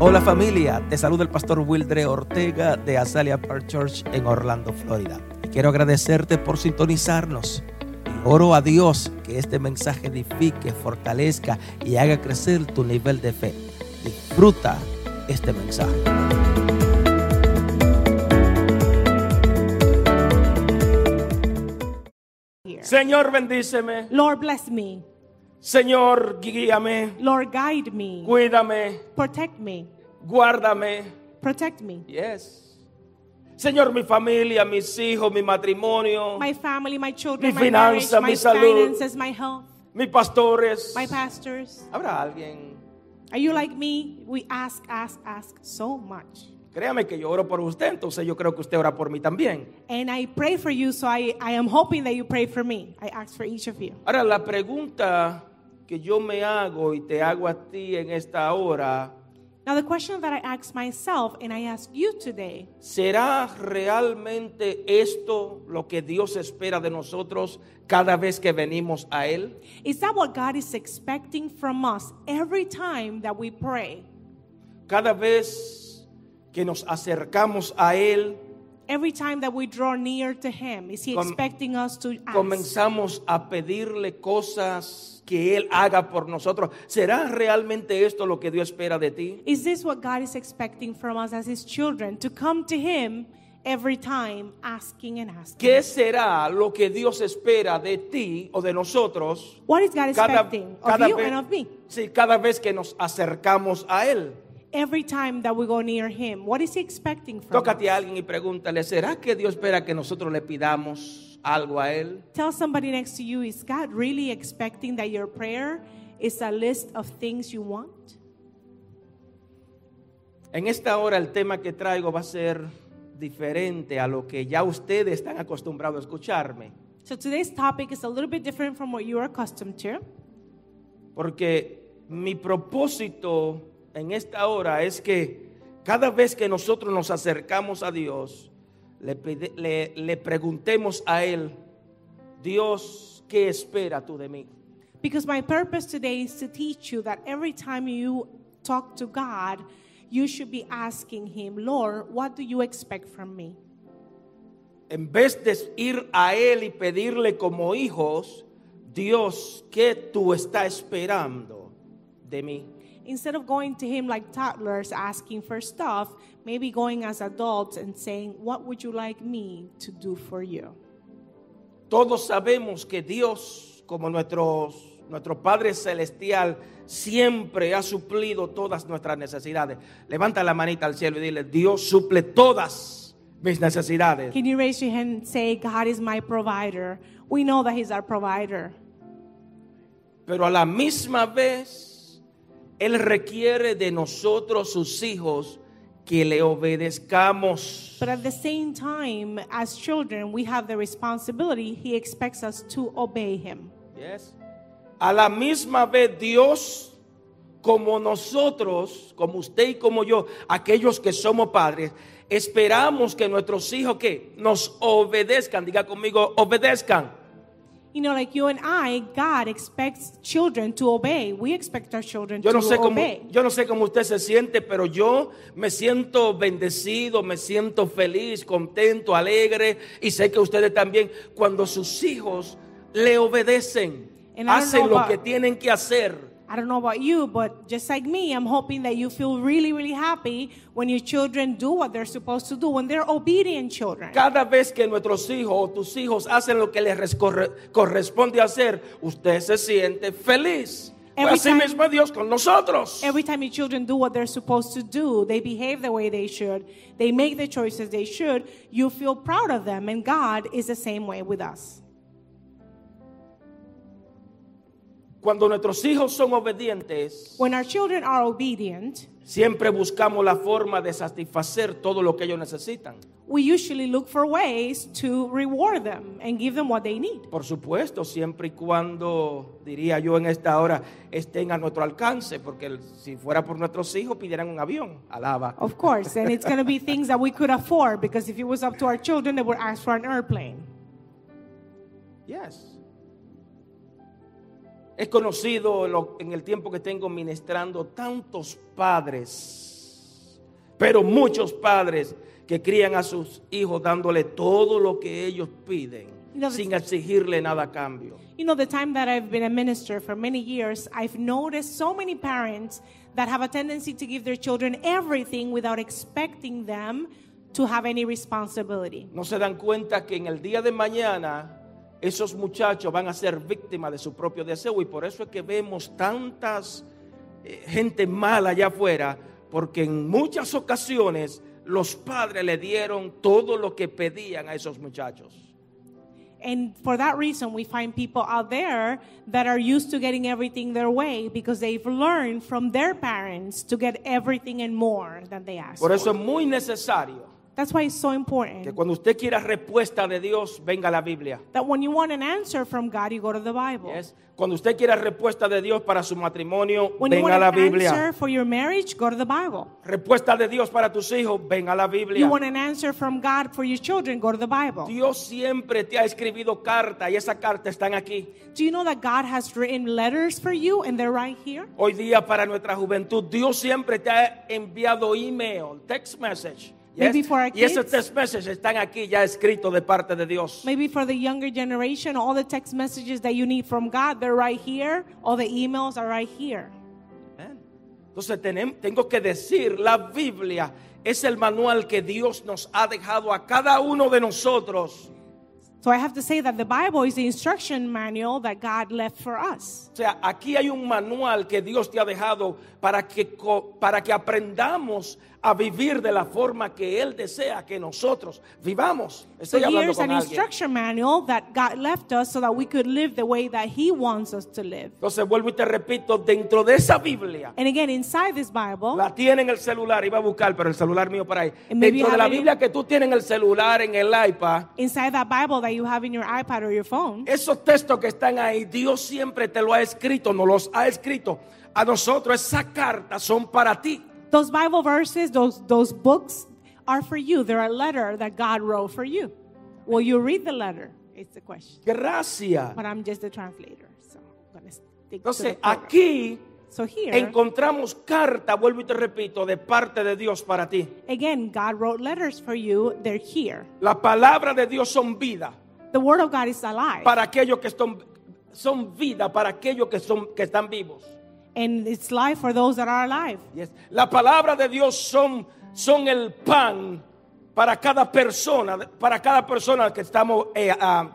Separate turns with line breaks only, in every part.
Hola familia, te saluda el pastor Wildre Ortega de Azalea Park Church en Orlando, Florida. Y quiero agradecerte por sintonizarnos. Y oro a Dios que este mensaje edifique, fortalezca y haga crecer tu nivel de fe. Disfruta este mensaje.
here.
Señor, bendíceme.
Lord, bless me.
Señor, guíame.
Lord, guide me.
Cuídame.
Protect me.
Guárdame.
Protect me.
Yes. Señor, mi familia, mis hijos, mi matrimonio,
My family, my children,
Mi
my marriage,
finanza,
my
mi salud.
finances, my health,
mis pastores.
my pastors.
Habrá alguien.
Are you like me? We ask, ask, ask so much.
Créame que yo oro por usted, entonces yo creo que usted ora por mí también.
And I pray for you, so I, I am hoping that you pray for me. I ask for each of you.
Ahora, la pregunta que yo me hago y te hago a ti en esta hora,
Now, the question that I ask myself and I ask you today
¿será realmente esto lo que Dios espera de nosotros cada vez que venimos a Él?
is that what God is expecting from us every time that we pray?
Cada vez que nos acercamos a Él,
Every time that we draw near to Him, is He
Com-
expecting us to ask?
comenzamos a pedirle cosas que Él haga por nosotros. ¿Será realmente esto lo que Dios espera de ti?
Is this what God is expecting from us as His children? To come to Him every time, asking and asking.
¿Qué será lo que Dios espera de ti o de nosotros
What is God
cada,
expecting
cada
of you
vez-
and of me?
sí, cada vez que nos acercamos a Él?
Every time that we go near Him, what is He expecting from us?
Tócate a alguien y pregúntale, ¿será que Dios espera que nosotros le pidamos algo a Él?
Tell somebody next to you, is God really expecting that your prayer is a list of things you want?
En esta hora el tema que traigo va a ser diferente a lo que ya ustedes están acostumbrados a escucharme,
So today's topic is a little bit different from what you are accustomed to.
porque mi propósito en esta hora es que cada vez que nosotros nos acercamos a Dios, le, pide- le- le preguntemos a Él, Dios, ¿qué espera tú de mí?
Because my purpose today is to teach you that every time you talk to God, you should be asking Him, Lord, what do you expect from me?
En vez de ir a Él y pedirle como hijos, Dios, ¿qué tú estás esperando de mí?
Instead of going to Him like toddlers asking for stuff, maybe going as adults and saying, What would you like me to do for you?
Todos sabemos que Dios, como nuestros- nuestro Padre Celestial, siempre ha suplido todas nuestras necesidades. Levanta la manita al cielo y dile, Dios suple todas mis necesidades.
Can you raise your hand and say, God is my provider? We know that He's our provider.
Pero a la misma vez, Él requiere de nosotros, sus hijos, que le obedezcamos.
But at the same time, as children, we have the responsibility, He expects us to obey Him.
Yes. A la misma vez Dios, como nosotros, como usted y como yo, aquellos que somos padres, esperamos que nuestros hijos que nos obedezcan, diga conmigo, obedezcan.
You know, like you and I, God expects children to obey. We expect our children
Yo no
to
sé cómo,
obey.
yo no sé cómo usted se siente, pero yo me siento bendecido, me siento feliz, contento, alegre y sé que ustedes también cuando sus hijos le obedecen,
And I don't know
hacen lo
about-
que tienen que hacer.
I don't know about you, but just like me, I'm hoping that you feel really, really happy when your children do what they're supposed to do, when they're obedient children.
Cada vez que nuestros hijos o tus hijos hacen lo que les res- corre- corresponde hacer, usted se siente feliz. Pues
Every
así
time-
mismo es Dios con nosotros.
Every time your children do what they're supposed to do, they behave the way they should, they make the choices they should, you feel proud of them. And God is the same way with us.
Cuando nuestros hijos son obedientes,
When our children are obedient,
siempre buscamos la forma de satisfacer todo lo que ellos necesitan.
we usually look for ways to reward them and give them what they need.
Por supuesto, siempre y cuando, diría yo en esta hora, estén a nuestro alcance, porque el- si fuera por nuestros hijos, pidieran un avión. Alaba.
Of course, and it's going to be things that we could afford because if it was up to our children, they would ask for an airplane.
Yes. Es conocido lo- en el tiempo que tengo ministrando tantos padres Pero muchos padres que crían a sus hijos dándole todo lo que ellos piden,
Y no-
sin exigirle nada a cambio.
You know, the time that I've been a minister for many years, I've noticed so many parents that have a tendency to give their children everything without expecting them to have any responsibility.
No se dan cuenta que en el día de mañana esos muchachos van a ser víctimas de su propio deseo y por eso es que vemos tantas eh, gente mala allá afuera, porque en muchas ocasiones los padres le dieron todo lo que pedían a esos muchachos.
And for that reason, we find people out there that are used to getting everything their way because they've learned from their parents to get everything and more than they ask.
Por
for.
eso es muy necesario
That's why it's so
que
important
cuando usted quiera respuesta de Dios, venga a la Biblia.
that when you want an answer from God, you go to the Bible.
Yes. Cuando usted quiera respuesta de Dios para su matrimonio,
When you
venga a
want
la
an
Biblia.
answer for your marriage, go to the Bible.
Respuesta de Dios para tus hijos, venga a la Biblia.
You want an answer from God for your children, go to the Bible.
Dios siempre te ha escribido carta y esas cartas están aquí.
Do you know that God has written letters for you and they're right here?
Hoy día para nuestra juventud, Dios siempre te ha enviado email, text message.
Maybe for our
Y esos
kids.
text messages están aquí ya escritos de parte de Dios.
Maybe for the younger generation, all the text messages that you need from God, they're right here. All the emails are right here.
Amén. Entonces tenem- tengo que decir, la Biblia es el manual que Dios nos ha dejado a cada uno de nosotros.
So I have to say that the Bible is the instruction manual that God left for us.
O sea, aquí hay un manual que Dios te ha dejado para que, co- para que aprendamos a vivir de la forma que Él desea que nosotros vivamos.
So
Estoy hablando
here's
con
an
alguien.
instruction manual that God left us so that we could live the way that He wants us to live.
Entonces vuelvo y te repito, dentro de esa Biblia,
And again, inside this Bible,
la tiene en el celular, iba a buscar, pero el celular mío para ahí.
And maybe
Dentro de la
having-
Biblia que tú tienes en el celular, en el iPad,
inside that Bible that you have in your iPad or your phone,
esos textos que están ahí, Dios siempre te lo ha escrito, nos los ha escrito. A nosotros esas cartas son para ti.
those Bible verses, those those books are for you. They're a letter that God wrote for you. Will you read the letter? It's the question.
Gracias.
But I'm just the translator, so I'm gonna stick to the
Entonces
program.
aquí
So here,
encontramos carta, vuelvo y te repito, de parte de Dios para ti.
again, God wrote letters for you. They're here.
La palabra de Dios son vida
The Word of God is alive,
para aquellos que son, son vida para aquellos que, son, que están vivos.
and it's life for those that are alive.
Yes. La palabra de Dios son, son el pan para cada persona, para cada persona que estamos, eh, ah,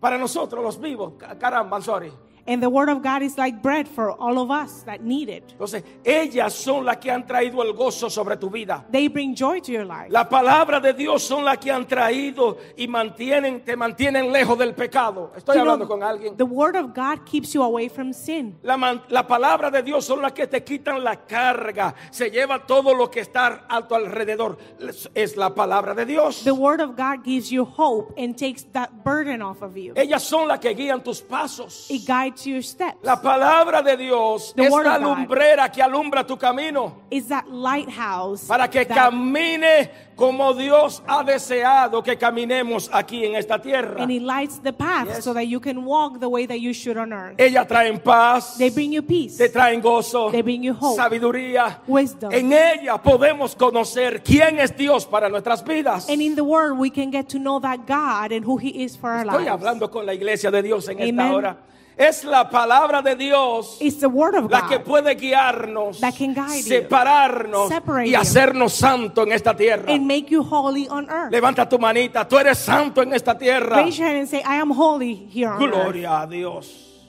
para nosotros los vivos. Ca- Caramba, I'm sorry.
And the Word of God is like bread for all of us that need it.
Entonces, ellas son las que han traído el gozo sobre tu vida.
They bring joy to your life.
La palabra de Dios son las que han traído y mantienen, te mantienen lejos del pecado. Estoy
You know,
hablando con alguien.
The Word of God keeps you away from sin.
La, man- la palabra de Dios son las que te quitan la carga, se lleva todo lo que está a tu alrededor. Es, es la palabra de Dios.
The word of God gives you hope and takes that burden off of you.
Ellas son las que guían tus pasos.
It guides your steps.
La palabra de Dios
The
es
word
la
of God.
lumbrera que alumbra tu camino
It's that lighthouse
para que
that-
camine como Dios ha deseado que caminemos aquí en esta tierra.
and it lights the path
Yes.
so that you can walk the way that you should on earth.
Ellas traen paz.
They bring you peace.
te traen gozo,
They bring you hope,
sabiduría.
wisdom.
En ella podemos conocer quién es Dios para nuestras vidas.
And in the word we can get to know that God and who he is for our
Estoy
lives.
hablando con la iglesia de Dios en esta
Amen.
hora. Es la palabra de Dios
It's the word of
la que
God.
puede guiarnos,
That can guide you,
separarnos
separate
y
you.
hacernos santo en esta tierra.
And make you holy on earth.
Levanta tu manita, tú eres santo en esta tierra.
Raise your hand and say, I am holy here on earth.
Gloria a Dios.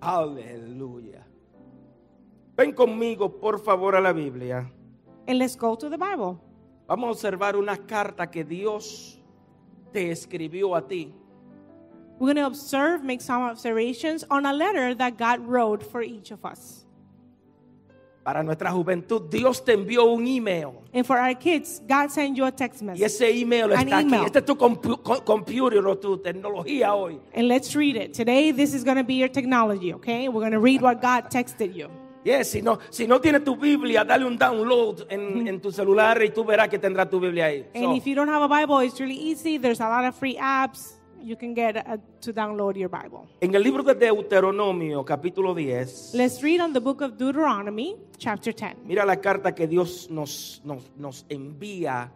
Aleluya. Ven conmigo, por favor, a la Biblia.
And let's go to the Bible.
Vamos a observar una carta que Dios te escribió a ti.
We're going to observe, make some observations on a letter that God wrote for each of us.
Para nuestra juventud, Dios te envió un email.
And for our kids, God sent you a text message.
Y ese email
An
está aquí.
email.
Este es tu compu- co- computer o tu tecnología hoy.
And let's read it. Today, this is going to be your technology, okay? We're going to read what God texted you.
Yes, si, no, si no tienes tu Biblia, dale un download
Mm.
en, en tu celular y tú verás que tendrás tu Biblia ahí.
And
So,
if you don't have a Bible, it's really easy. There's a lot of free apps you can get uh, to download your Bible.
En el libro de Deuteronomio, capítulo 10,
Let's read on the book of Deuteronomy, chapter 10.
mira la carta que Dios nos, nos, nos envía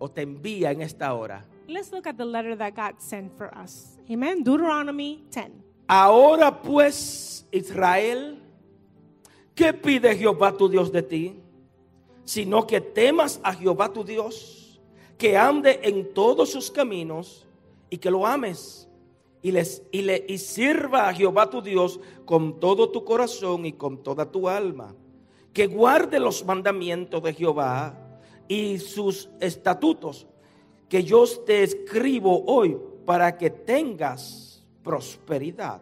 o te envía en esta hora.
Let's look at the letter that God sent for us. Amen. Deuteronomy 10.
Ahora pues, Israel, ¿qué pide Jehová tu Dios de ti? Sino que temas a Jehová tu Dios, que ande en todos sus caminos y que lo ames. Y, les, y, le, y sirva a Jehová tu Dios con todo tu corazón y con toda tu alma. Que guarde los mandamientos de Jehová y sus estatutos que yo te escribo hoy para que tengas prosperidad.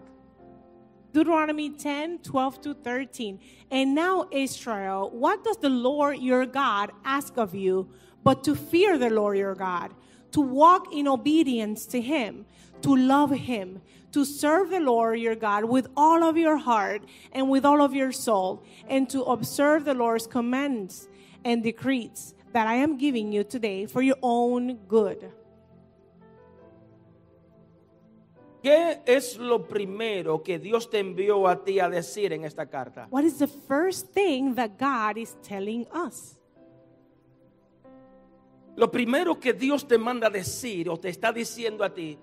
Deuteronomy 10, 12 to 13. And now, Israel, what does the Lord your God ask of you but to fear the Lord your God, to walk in obedience to him, to love him, to serve the Lord your God with all of your heart and with all of your soul, and to observe the Lord's commands and decrees that I am giving you today for your own good?
¿Qué es lo primero que Dios te envió a ti a decir en esta carta?
What is the first thing that God is telling us?
Lo primero que Dios te manda a decir o te está diciendo a ti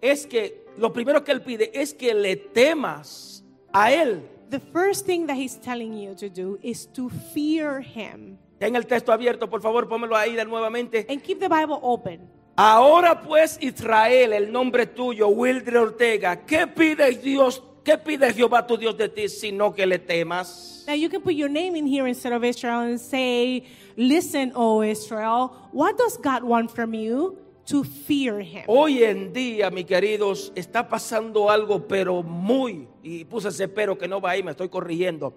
es que lo primero que Él pide es que le temas a Él.
The first thing that he's telling you to do is to fear him.
Ten el texto abierto, por favor, pónmelo ahí de nuevamente.
And keep the Bible open.
Ahora pues Israel, el nombre tuyo, Wildre Ortega, ¿qué pide Dios? ¿Qué pide Jehová tu Dios de ti sino que le temas?
Now you can put your name in here instead of Israel and say, Listen, O Israel, what does God want from you? To fear him.
Hoy en día, mis queridos, está pasando algo, pero muy, y puse ese pero que no va ahí, me estoy corrigiendo,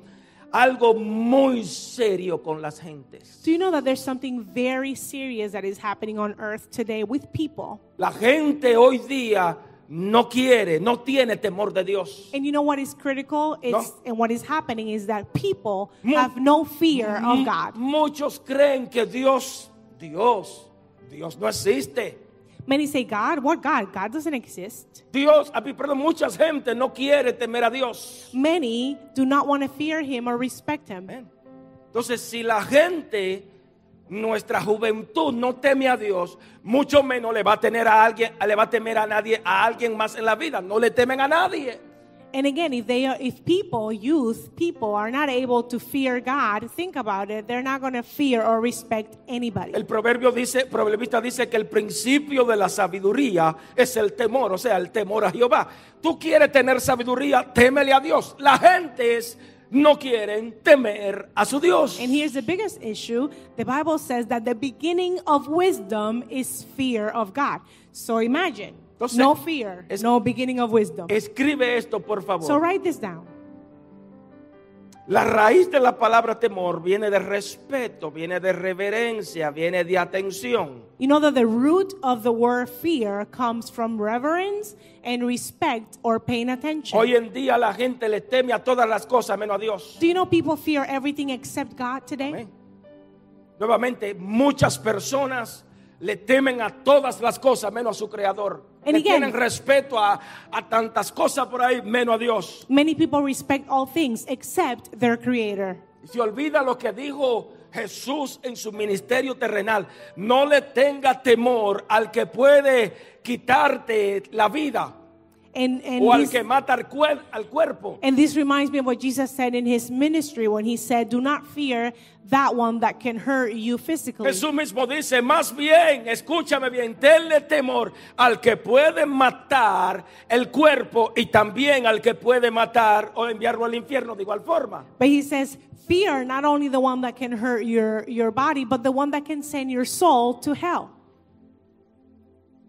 algo muy serio con las gentes.
Do you know that there's something very serious that is happening on earth today with people?
La gente hoy día no quiere, no tiene temor de Dios.
And you know what is critical? It's,
No.
And what is happening is that people
Mu-
have no fear
Mm-hmm.
of God.
Muchos creen que Dios, Dios, Dios no existe.
Many say, God? What God? God doesn't exist.
Dios, a mí, perdón, mucha gente no quiere temer a Dios.
Many do not want to fear him or respect him.
Amén. Entonces, si la gente, nuestra juventud no teme a Dios, mucho menos le va a tener a alguien, le va a temer a nadie, a alguien más en la vida. No le temen a nadie.
And again, if they are, if people, youth, people are not able to fear God, think about it, they're not going to fear or respect anybody.
El proverbio dice, proverbista dice que el principio de la sabiduría es el temor, o sea, el temor a Jehová. Tú quieres tener sabiduría, témele a Dios. La gente es- no quieren temer a su Dios.
And here's the biggest issue. The Bible says that the beginning of wisdom is fear of God. So imagine,
Entonces,
no fear,
es-
no beginning of wisdom.
Escribe esto, por favor.
So write this down.
La raíz de la palabra temor viene de respeto, viene de reverencia, viene de atención.
You know that the root of the word fear comes from reverence and respect or paying attention.
Hoy en día la gente le teme a todas las cosas menos a Dios.
Do you know people fear everything except God today?
Amén. Nuevamente, muchas personas le temen a todas las cosas menos a su creador.
And
le
again-
tienen respeto a, a tantas cosas por ahí menos a Dios.
Many people respect all things except their creator.
Y Se olvida lo que dijo Jesús en su ministerio terrenal. No le tenga temor al que puede quitarte la vida.
And and
o al
this,
que mata al, cuer- al cuerpo.
and this reminds me of what Jesus said in his ministry when he said, "Do not fear that one that can hurt you physically."
Jesús mismo dice, más bien, escúchame bien, tenle temor al que puede matar el cuerpo y también al que puede matar o enviarlo al infierno de igual forma.
But he says, "Fear not only the one that can hurt your your body, but the one that can send your soul to hell."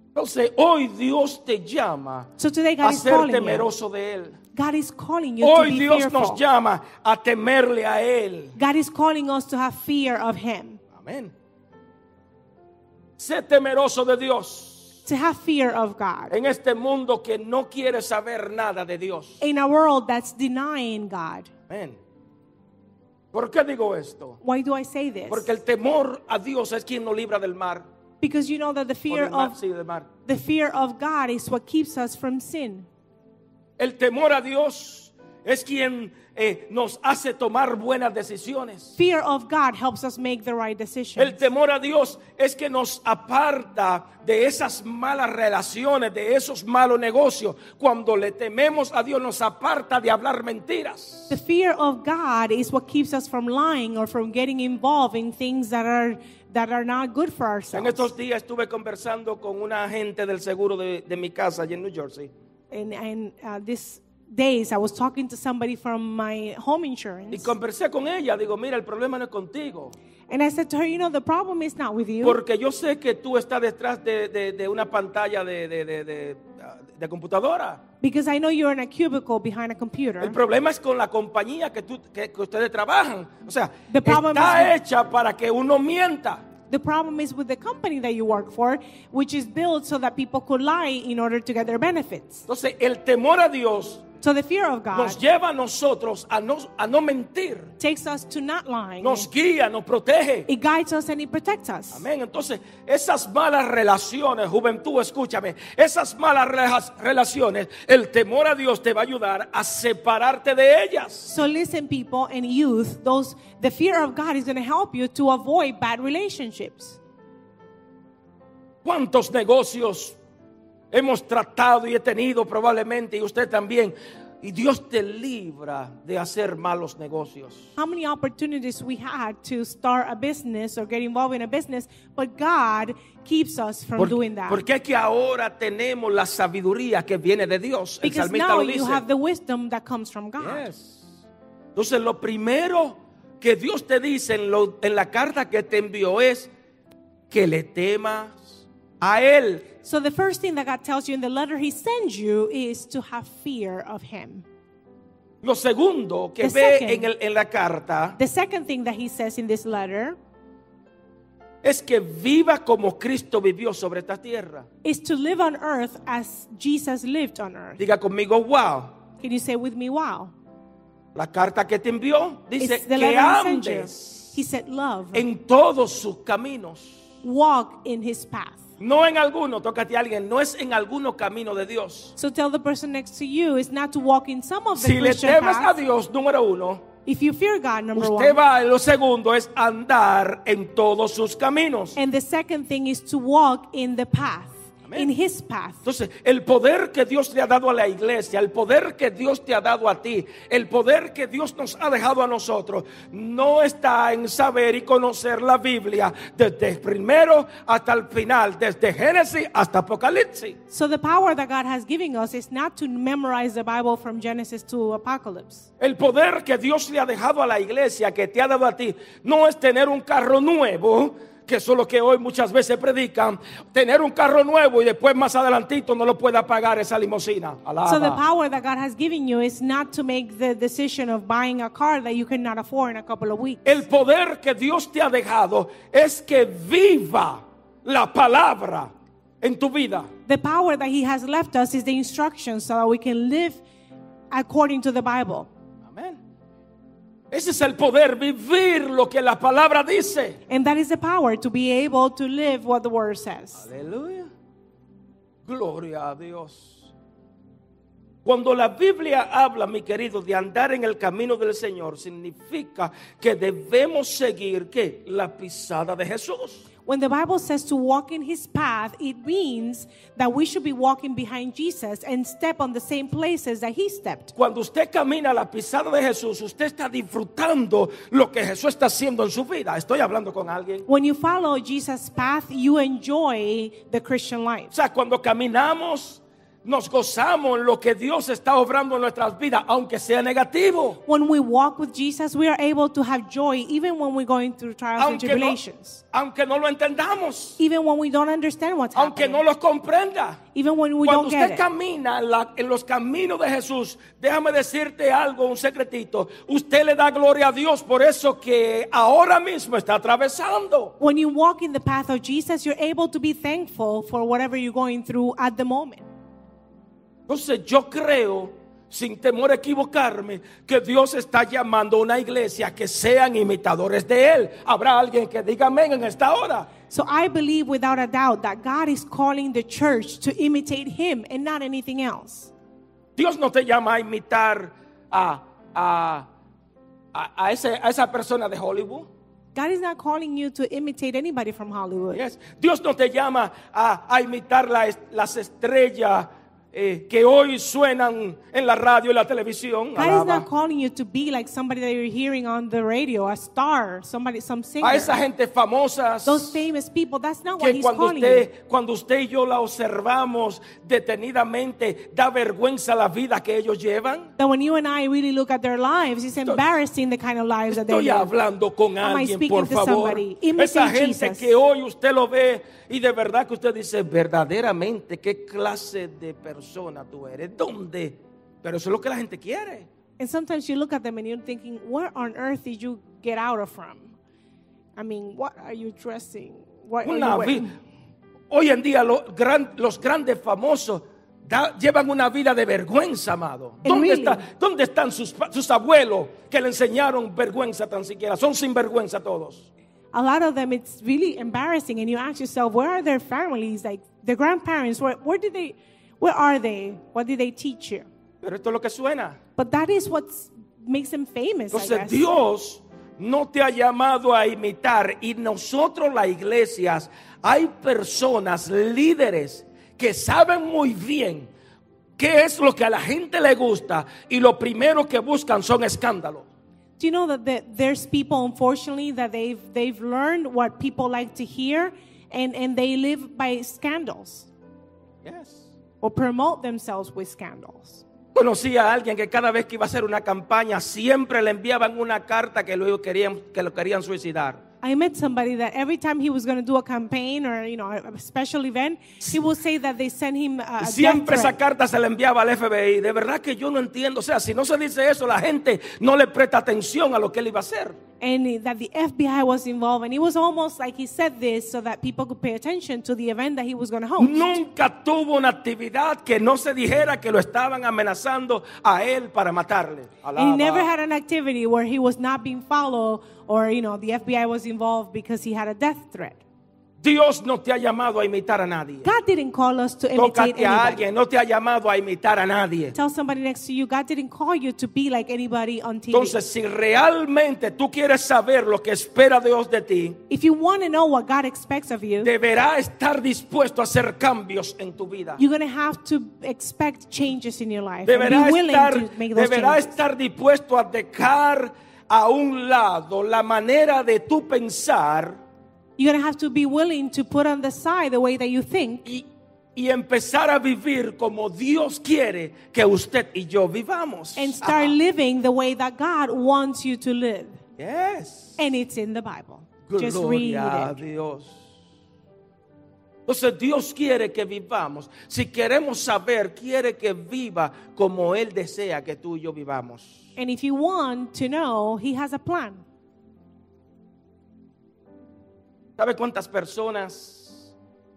Entonces, hoy Dios te llama
So today God
a
is
ser
calling you.
temeroso de Él.
God is calling you to
Hoy
be
Dios
fearful.
nos llama a temerle a Él.
God is calling us to have fear of him,
Amén. Sé temeroso de Dios
to have fear of God.
en este mundo que no quiere saber nada de Dios.
In a world that's denying God.
Amén. ¿Por qué digo esto?
Why do I say this?
Porque el temor a Dios es quien nos libra del mar.
because you know that the
Por
fear
el mar,
of
sí, del mar.
the fear of God is what keeps us from sin.
El temor a Dios es quien eh, nos hace tomar buenas decisiones.
Fear of God helps us make the right
El
decision.
temor a Dios es que nos aparta de esas malas relaciones, de esos malos negocios. Cuando le tememos a Dios nos aparta de hablar mentiras.
The fear of God is what keeps us from lying or from getting involved in things that are that are not good for
En
ourselves.
estos días estuve conversando con una agente del seguro de, de mi casa allí en New Jersey.
And and uh, these days I was talking to somebody from my home
Y
insurance
conversé con ella, digo, mira, el problema no es contigo,
and I said to her, you know, the problem is not with you.
porque yo sé que tú estás detrás de, de- de una pantalla de, de- de- de- de computadora.
Because I know you're in a cubicle behind a computer.
El problema es con la compañía que, tú- que- que ustedes trabajan. O sea,
The problem is
está
with-
hecha para que uno mienta.
The problem is with the company that you work for, which is built so that people could lie in order to get their benefits.
Entonces, el temor a Dios
So the fear of
nos
God
lleva a nosotros a no, a no mentir.
takes us to not lying.
Nos guía, nos protege.
It guides us and it protects us.
Amén. Entonces, esas malas relaciones, juventud, escúchame, esas malas rela- relaciones, el temor a Dios te va a ayudar a separarte de ellas.
So listen, people and youth, those the fear of God is going to help you to avoid bad relationships.
¿Cuántos negocios hemos tratado y he tenido probablemente y usted también? Y Dios te libra de hacer malos negocios.
How many opportunities we had to start a business or get involved in a business, but God keeps us from doing
Porque,
that.
porque es que ahora tenemos la sabiduría que viene de Dios. El
because
salmista
now
lo
you
dice.
have the wisdom that comes from God.
Yes. Entonces lo primero que Dios te dice en, lo- en la carta que te envió es que le temas a Él.
So the first thing that God tells you in the letter he sends you is to have fear of him.
Lo segundo que
The
ve
second.
en, el- en la carta
The second thing that he says in this letter
es que viva como Cristo vivió sobre esta tierra.
is to live on earth as Jesus lived on earth.
Diga conmigo, wow.
Can you say with me, wow?
La carta que te envió dice
It's the
que
letter he sent you.
andes
He said, love,
en todos sus caminos.
walk in his path.
No en alguno, tócate a alguien, no es en alguno camino de Dios.
So tell the person next to you is not to walk in some of the
Si le
Christian
temes a
paths.
Dios, número uno,
If you fear God, number
Usted
one.
va, lo segundo es andar en todos sus caminos.
And the second thing is to walk in the path,
Amén.
in his path.
Entonces, el poder que Dios le ha dado a la iglesia, el poder que Dios te ha dado a ti, el poder que Dios nos ha dejado a nosotros, no está en saber y conocer la Biblia desde el primero hasta el final, desde Génesis hasta Apocalipsis.
So the power that God has given us is not to memorize the Bible from Genesis to Apocalypse.
El poder que Dios le ha dejado a la iglesia, que te ha dado a ti, no es tener un carro nuevo, que eso es lo que hoy muchas veces predican, tener un carro nuevo y después más adelantito no lo pueda pagar esa limusina. Alaba.
So the power that God has given you is not to make the decision of buying a car that you cannot afford in a couple of weeks.
El poder que Dios te ha dejado es que viva la palabra en tu vida.
The power that he has left us is the instructions so that we can live according to the Bible.
Amén. Ese es el poder, vivir lo que la palabra dice.
And that is the power to be able to live what the word says.
Aleluya. Gloria a Dios. Cuando la Biblia habla, mi querido, de andar en el camino del Señor, significa que debemos seguir ¿qué? la pisada de Jesús.
When the Bible says to walk in his path, it means that we should be walking behind Jesus and step on the same places that he stepped.
Cuando usted camina la pisada de Jesús, usted está disfrutando lo que Jesús está haciendo en su vida. Estoy hablando con alguien.
When you follow Jesus' path, you enjoy the Christian
O
life.
sea, cuando caminamos, nos gozamos en lo que Dios está obrando en nuestras vidas, aunque sea negativo.
When we walk with Jesus, we are able to have joy even when we're going through trials and
Aunque no,
tribulations.
aunque no lo entendamos.
Even when we don't understand what's
aunque
happening.
no los comprenda.
even when we don't
Cuando
get
usted
it.
camina en, la- en los caminos de Jesús, déjame decirte algo, un secretito. Usted le da gloria a Dios por eso que ahora mismo está atravesando.
When you walk in the path of Jesus, you're able to be thankful for whatever you're going through at the moment.
Entonces yo creo, sin temor a equivocarme, que Dios está llamando a una iglesia que sean imitadores de Él. Habrá alguien que diga amén en esta hora.
So I believe without a doubt that God is calling the church to imitate him and not anything else.
Dios no te llama a imitar a, a, a, a ese- a esa persona de Hollywood.
God is not calling you to imitate anybody from Hollywood.
Yes. Dios no te llama a, a imitar la es- las estrellas eh, que hoy suenan en la radio y la televisión.
God is
Alaba.
not calling you to be like somebody that you're hearing on the radio, a star, somebody, some singer.
A esa gente famosa
Those famous people, that's not what
que
he's
cuando
calling you.
usted, cuando usted y yo la observamos detenidamente, da vergüenza la vida que ellos llevan.
That when you and I really look at their lives, it's embarrassing the kind of lives that they
Estoy
live.
hablando con
Am I
alguien,
speaking
por
to
favor.
somebody? Imitate
Esa gente
Jesus.
que hoy usted lo ve y de verdad que usted dice, verdaderamente, ¿qué clase de persona tú eres? ¿Dónde? Pero eso es lo que la gente quiere.
And sometimes you look at them and you're thinking, where on earth did you get out of from? I mean, what are you dressing? What are
Una
you
vi-
wearing?
hoy en día lo- gran- los grandes famosos da- llevan una vida de vergüenza, amado.
And
¿Dónde,
really-
está- dónde están sus, pa- sus abuelos que le enseñaron vergüenza tan siquiera? Son sinvergüenza todos.
A lot of them, it's really embarrassing. And you ask yourself, where are their families? Like their grandparents, where, where did they, where are they? What did they teach you?
Pero esto es lo que suena.
But that is what makes them famous, I
Entonces
guess.
Dios no te ha llamado a imitar y nosotros las iglesias hay personas, líderes que saben muy bien qué es lo que a la gente le gusta y lo primero que buscan son escándalos.
Do you know that the, there's people, unfortunately, that they've they've learned what people like to hear, and and they live by scandals
Yes.
or promote themselves with scandals.
Conocí a alguien que cada vez que iba a hacer una campaña siempre le enviaban una carta que luego querían, que lo querían suicidar.
I met somebody that every time he was going to do a campaign or you know a, a special event, he would say that they sent him a, a death
Siempre esa
threat.
carta se la enviaba al FBI. De verdad que yo no entiendo. O sea, si no se dice eso, la gente no le presta atención a lo que él iba a hacer.
and that the FBI was involved, and it was almost like he said this so that people could pay attention to the event that he was going to host.
Nunca tuvo una actividad que no se dijera que lo estaban amenazando a él para matarle.
And he never
Alaba.
had an activity where he was not being followed or, you know, the FBI was involved because he had a death threat.
Dios no te ha llamado a imitar a nadie.
God didn't call us to imitate
Tócate a
anybody.
alguien, no te ha llamado a imitar a nadie.
Tell somebody next to you, God didn't call you to be like anybody on TV.
Entonces, si realmente tú quieres saber lo que espera Dios de ti,
if you want to know what God expects of you,
deberá estar dispuesto a hacer cambios en tu vida.
you're going to have to expect changes in your life. and
Deberá
be willing
estar,
to make those
deberá
changes.
estar dispuesto a dejar a un lado la manera de tu pensar
You're going to have to be willing to put on the side the way that you think
y, y empezar a vivir como Dios quiere que usted y yo vivamos.
and start living the way that God wants you to live.
Ah, yes.
And it's in the Bible. Just read
Gloria a
it.
Dios. Entonces Dios quiere que vivamos. Si queremos saber, quiere que viva como Él desea que tú y yo vivamos.
And if you want to know, he has a plan.
¿Sabe cuántas personas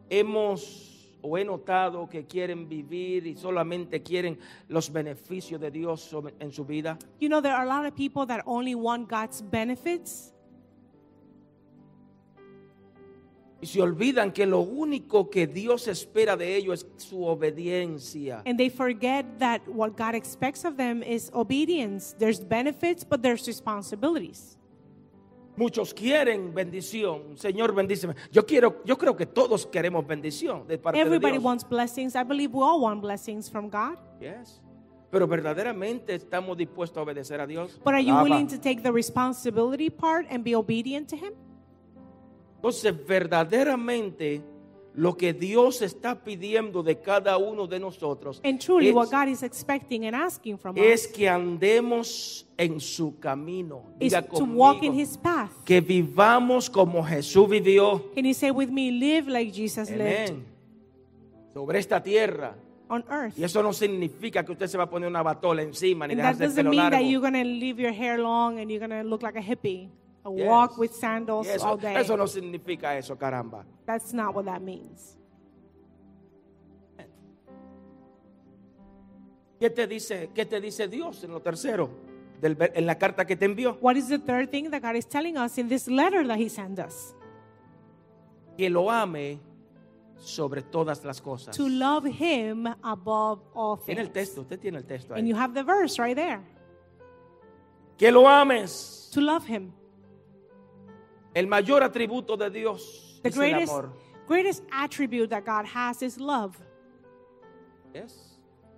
hemos o he notado que quieren vivir y solamente quieren los beneficios de Dios sobre- en su vida?
You know, there are a lot of people that only want God's benefits,
Y se olvidan que lo único que Dios espera de ellos es su obediencia.
and they forget that what God expects of them is obedience. There's benefits, but there's responsibilities.
Muchos quieren bendición. Señor, bendíceme. Yo quiero, yo creo que todos queremos bendición de parte
Everybody
de Dios.
wants blessings. I believe we all want blessings from God.
Yes. Pero verdaderamente estamos dispuestos a obedecer a Dios.
But are you
Alaba.
willing to take the responsibility part and be obedient to Him?
Entonces, verdaderamente lo que Dios está pidiendo de cada uno de nosotros
And truly,
es,
what God is expecting and asking from us
es que andemos en su camino.
is
Diga
to walk in
conmigo,
His path.
que vivamos como Jesús vivió.
Can you say with me, live like Jesus lived
Amén. Sobre esta tierra.
on earth?
Y eso no significa que usted se va a poner una batola encima ni
And that
dejarse el
doesn't
pelo
mean
largo.
that you're gonna leave your hair long and you're gonna look like a hippie, or
Yes.
walk with sandals
Y eso-
all day.
eso no significa eso, caramba.
That's not what that means.
¿Qué te dice, qué te dice Dios en lo tercero? Del ver- en la carta que te envió.
What is the third thing that God is telling us in this letter that He sent us?
que lo ame sobre todas las cosas.
to love him above all
Tiene el
things.
texto, usted tiene el texto
And
ahí.
you have the verse right there.
Que lo ames.
To love him.
El mayor atributo de Dios
The
es el
greatest
amor.
greatest attribute that God has is love.
Yes.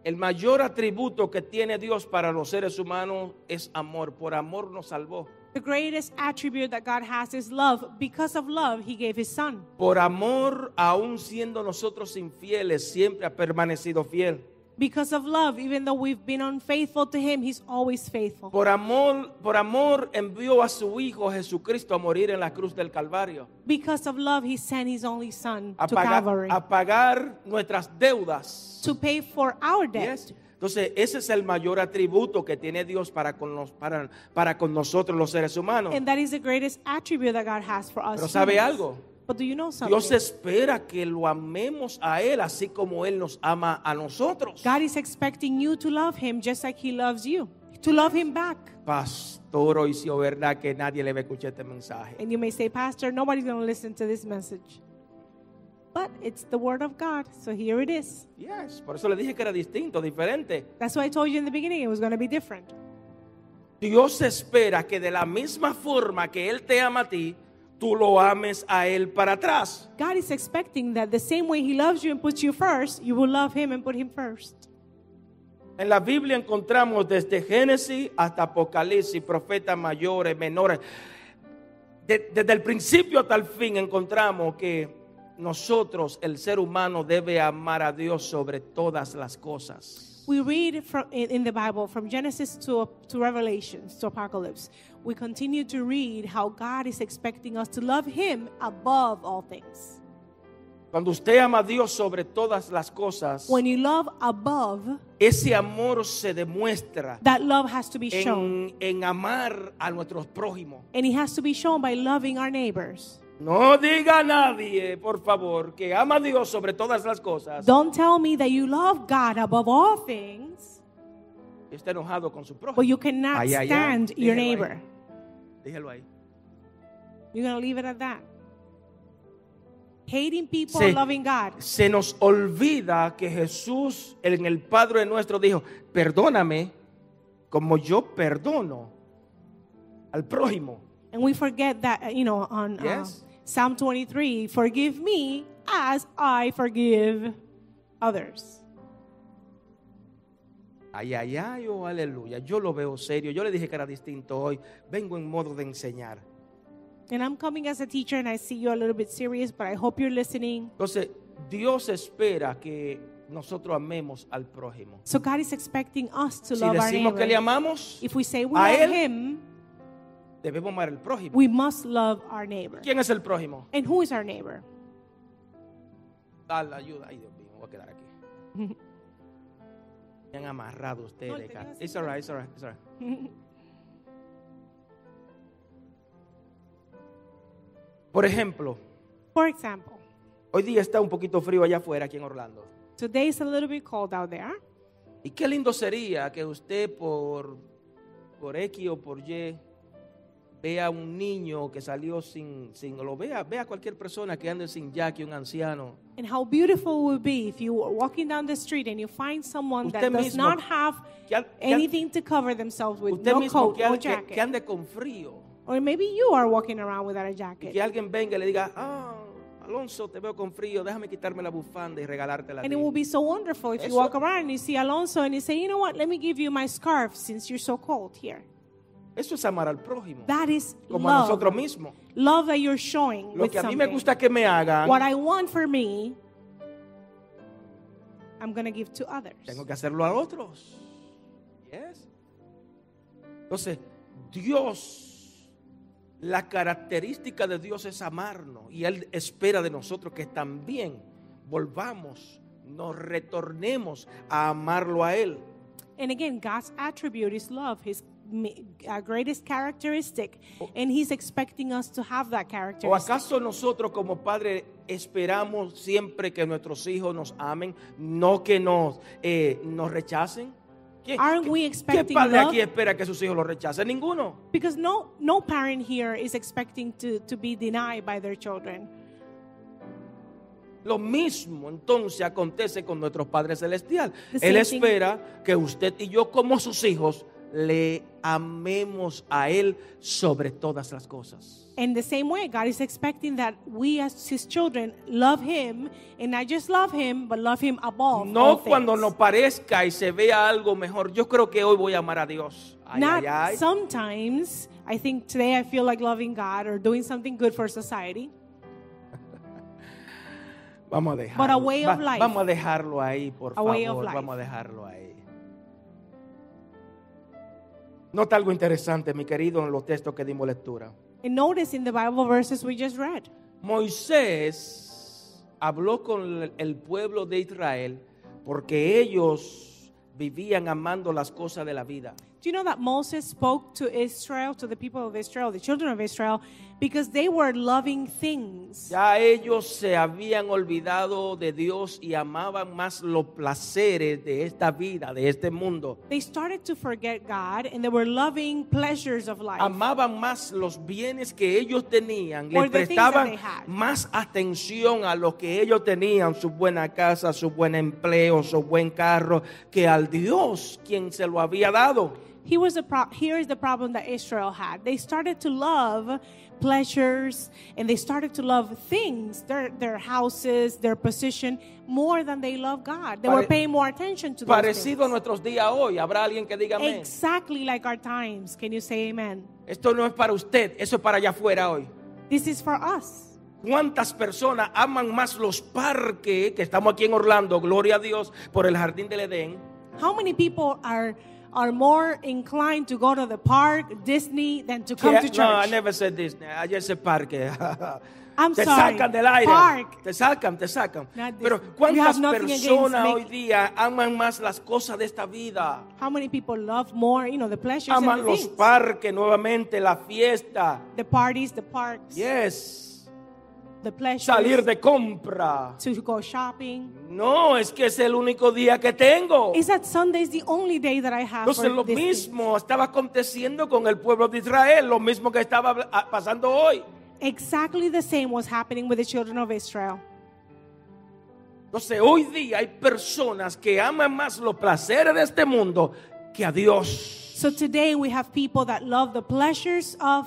El mayor atributo que tiene Dios para los seres humanos es amor. Por amor nos salvó.
The greatest attribute that God has is love. Because of love, he gave his son.
Por amor, aún siendo nosotros infieles, siempre ha permanecido fiel.
Because of love, even though we've been unfaithful to him, he's always faithful.
Por amor, por amor envió a su Hijo Jesucristo a morir en la cruz del Calvario.
Because of love, he sent his only son
A
to
pagar,
Calvary
a pagar nuestras deudas.
to pay for our debt.
Yes. Entonces, ese es el mayor atributo que tiene Dios para con, los, para, para con nosotros los seres humanos.
And that is the greatest attribute that God has for us.
Pero sabe
humans.
algo?
But do you know something?
Dios espera que lo amemos a Él así como Él nos ama a nosotros.
God is expecting you to love him just like he loves you. To love him back.
Pastor, hoy sí, es verdad que nadie le va a escuchar este mensaje.
And you may say, Pastor, nobody's going to listen to this message. But it's the word of God, so here it is.
Yes, Por eso le dije que era distinto, diferente.
That's why I told you in the beginning it was going to be different.
Dios espera que de la misma forma que Él te ama a ti, tú lo ames a Él para atrás.
God is expecting that the same way He loves you and puts you first, you will love Him and put Him first.
En la Biblia encontramos desde Génesis hasta Apocalipsis, profetas mayores, menores. De- desde el principio hasta el fin encontramos que nosotros, el ser humano, debe amar a Dios sobre todas las cosas.
We read from, in, in the Bible from Genesis to, to Revelations to Apocalypse. We continue to read how God is expecting us to love Him above all things.
Cuando usted ama a Dios sobre todas las cosas,
When you love above,
ese amor se demuestra
that love has to be shown.
en, en amar a nuestros prójimos.
And it has to be shown by loving our neighbors.
No diga a nadie, por favor, que ama a Dios sobre todas las cosas.
Don't tell me that you love God above all things,
y Está enojado con su prójimo.
but you cannot
Ay, ay, ay.
stand your
Dígalo ahí.
neighbor.
Dígalo ahí.
You're going to leave it at that. Hating people
Sí.
and loving God.
Se nos olvida que Jesús en el Padre nuestro dijo, perdóname como yo perdono al prójimo.
And we forget that, uh, you know, on uh,
Yes.
Psalm 23 forgive me as I forgive others.
Ay, ay, ay, oh, aleluya. Yo lo veo serio. Yo le dije que era distinto hoy. Vengo en modo de enseñar.
And I'm coming as a teacher and I see you a little bit serious, but I hope you're listening.
Entonces, Dios espera que nosotros amemos al prójimo.
So God is expecting us to
Si
love our
decimos
neighbor.
que le amamos,
if we say we
a
love
él-
him,
debemos amar al prójimo.
we must love our neighbor.
¿Quién es el prójimo?
And who is our neighbor?
Dale ayuda. Ay, Dios mío, me voy a quedar aquí. Me han amarrado
No,
ustedes.
te
cara.
digo así.
It's alright, it's alright, it's alright. Por ejemplo,
For example,
hoy día está un poquito frío allá afuera, aquí en Orlando.
today is a little bit cold out there.
Y qué lindo sería que usted por, por X o por Y vea un niño que salió sin, sin lo vea, vea cualquier persona que ande sin jaque, un anciano.
And how beautiful it would be if you were walking down the street and you find someone that
Usted
does
mismo.
not have
Que al- que al-
anything to cover themselves with,
usted
no
mismo
coat,
que,
no
al- que-
jacket.
que ande con frío.
or maybe you are walking around without a
Y
jacket.
que alguien venga y le diga, ah, Alonso, te veo con frío, déjame quitarme la bufanda y regalártela. a
And
ti".
it will be so wonderful if you
Eso-
walk around and you see Alonso and you say, you know what, let me give you my scarf since you're so cold here.
Eso es amar al prójimo,
That is
como a
love.
nosotros mismos.
Love that you're showing
Lo
with
que a mí
something.
me gusta que me hagan,
What I want for me, I'm going to give to others.
tengo que hacerlo a otros. Yes. Entonces, Dios, la característica de Dios es amarnos y Él espera de nosotros que también volvamos, nos retornemos a amarlo a Él.
And again, God's attribute is love, His ma- uh, greatest characteristic. And He's expecting us to have that
Oh. ¿O
characteristic.
acaso nosotros como padres esperamos siempre que nuestros hijos nos amen, no que nos, eh, nos rechacen? ¿Qué,
Aren't
qué-
we
qué
expecting
padre
love?
aquí espera que sus hijos lo rechacen? Ninguno.
Because no, no parent here is expecting to, to be denied by their children.
Lo mismo entonces acontece con nuestro Padre Celestial.
The
Él
same thing.
espera que usted y yo como sus hijos le amemos a Él sobre todas las cosas.
In the same way, God is expecting that we as His children love Him, and not just love Him, but love Him above. all
No
things.
cuando nos parezca y se vea algo mejor. Yo creo que hoy voy a amar a Dios. Ay,
Not
ay, ay.
sometimes. I think today I feel like loving God or doing something good for society.
Vamos a dejarlo.
a way of life.
Vamos a dejarlo ahí, por
A
favor.
way of life.
Vamos a dejarlo ahí. Nota algo interesante, mi querido, en los textos que dimos lectura.
And notice in the Bible verses we just read,
Moisés habló con el pueblo de Israel porque ellos vivían amando las cosas de la vida.
do you know that Moses spoke to Israel, to the people of Israel, the children of Israel, because they were loving things.
Ya ellos se habían olvidado de Dios y amaban más los placeres de esta vida, de este mundo.
They started to forget God and they were loving pleasures of life.
amaban más los bienes que ellos tenían, le
Or the things that
prestaban
they had.
más atención a lo que ellos tenían, su buena casa, su buen empleo, su buen carro, que al Dios quien se lo había dado.
He was a pro- here is the problem that Israel had. They started to love pleasures and they started to love things, their, their houses, their position, more than they love God. They were
Pare-
paying more attention to those
Parecido a
things.
nuestros días hoy, habrá alguien que diga amén.
Exactly like our times. Can you say amen?
Esto no es para usted, eso es para allá afuera hoy.
This is for us.
¿Cuántas personas aman más los parques que estamos aquí en Orlando, gloria a Dios, por el jardín del Edén?
How many people are are more inclined to go to the park, Disney, than to come
Yeah,
to church?
No, I never said this. I just said parque.
I'm
te
sorry.
sacan del aire.
Park.
Te sacan, te sacan.
Not this.
Pero
You
¿cuántas
have nothing against
personas
make-
hoy día aman más las cosas de esta vida?
How many people love more, you know, the pleasures
Aman
and the
los
things?
parques nuevamente, la fiesta.
the parties, the parks,
Yes.
the pleasures,
Salir de compra.
to go shopping.
No, es que es el único día que tengo.
Is that Sunday's the only day that I have
Entonces
for
lo
these things?
mismo estaba aconteciendo con el pueblo de Israel, lo mismo que estaba ah, pasando hoy.
Exactly the same was happening with the children of Israel.
Entonces hoy día hay personas que aman más los placeres de este mundo que a Dios.
So today we have people that love the pleasures of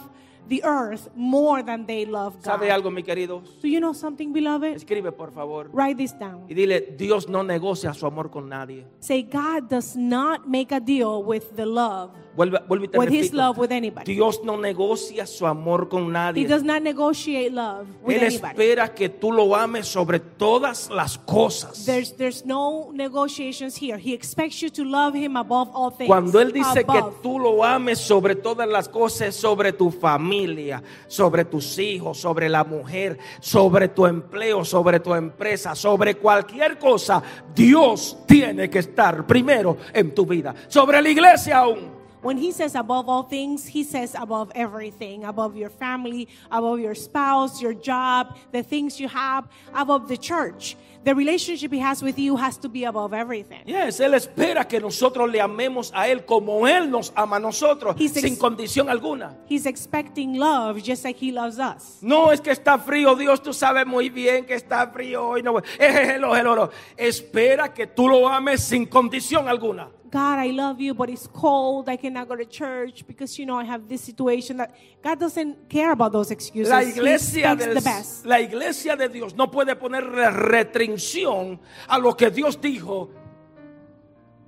the earth more than they love God.
¿Sabe algo, mi querido?
Do you know something, beloved?
Escribe, por favor.
Write this
Y
down.
dile, Dios no negocia su amor con nadie.
Say, God does not make a deal with the love,
Vuelve, vuelve y te
with His
repito.
love with anybody.
Dios no negocia su amor con
He
nadie.
does not negotiate love with
Él
anybody.
espera que tú lo ames sobre todas las cosas.
There's, there's no negotiations here. He expects you to love Him above all things.
Cuando Él dice que
Above.
tú lo ames sobre todas las cosas, es sobre tu familia, sobre tus hijos, sobre la mujer, sobre tu empleo, sobre tu empresa, sobre cualquier cosa, Dios tiene que estar primero en tu vida. Sobre la iglesia aún.
When he says above all things, he says above everything, above your family, above your spouse, your job, the things you have, above the church. The relationship he has with you has to be above everything.
Yes, él espera que nosotros le amemos a Él como Él nos ama a nosotros,
He's ex-
sin condición alguna.
He's expecting love just like he loves us.
No es que está frío, Dios, tú sabes muy bien que está frío hoy. No, voy. Eh, hello, hello, hello. Espera que tú lo ames sin condición alguna.
God, I love you, but it's cold. I cannot go to church because you know I have this situation that God doesn't care about those excuses.
La
He
iglesia,
expects
del-
the best.
la iglesia de Dios no puede poner re- restricción a lo que Dios dijo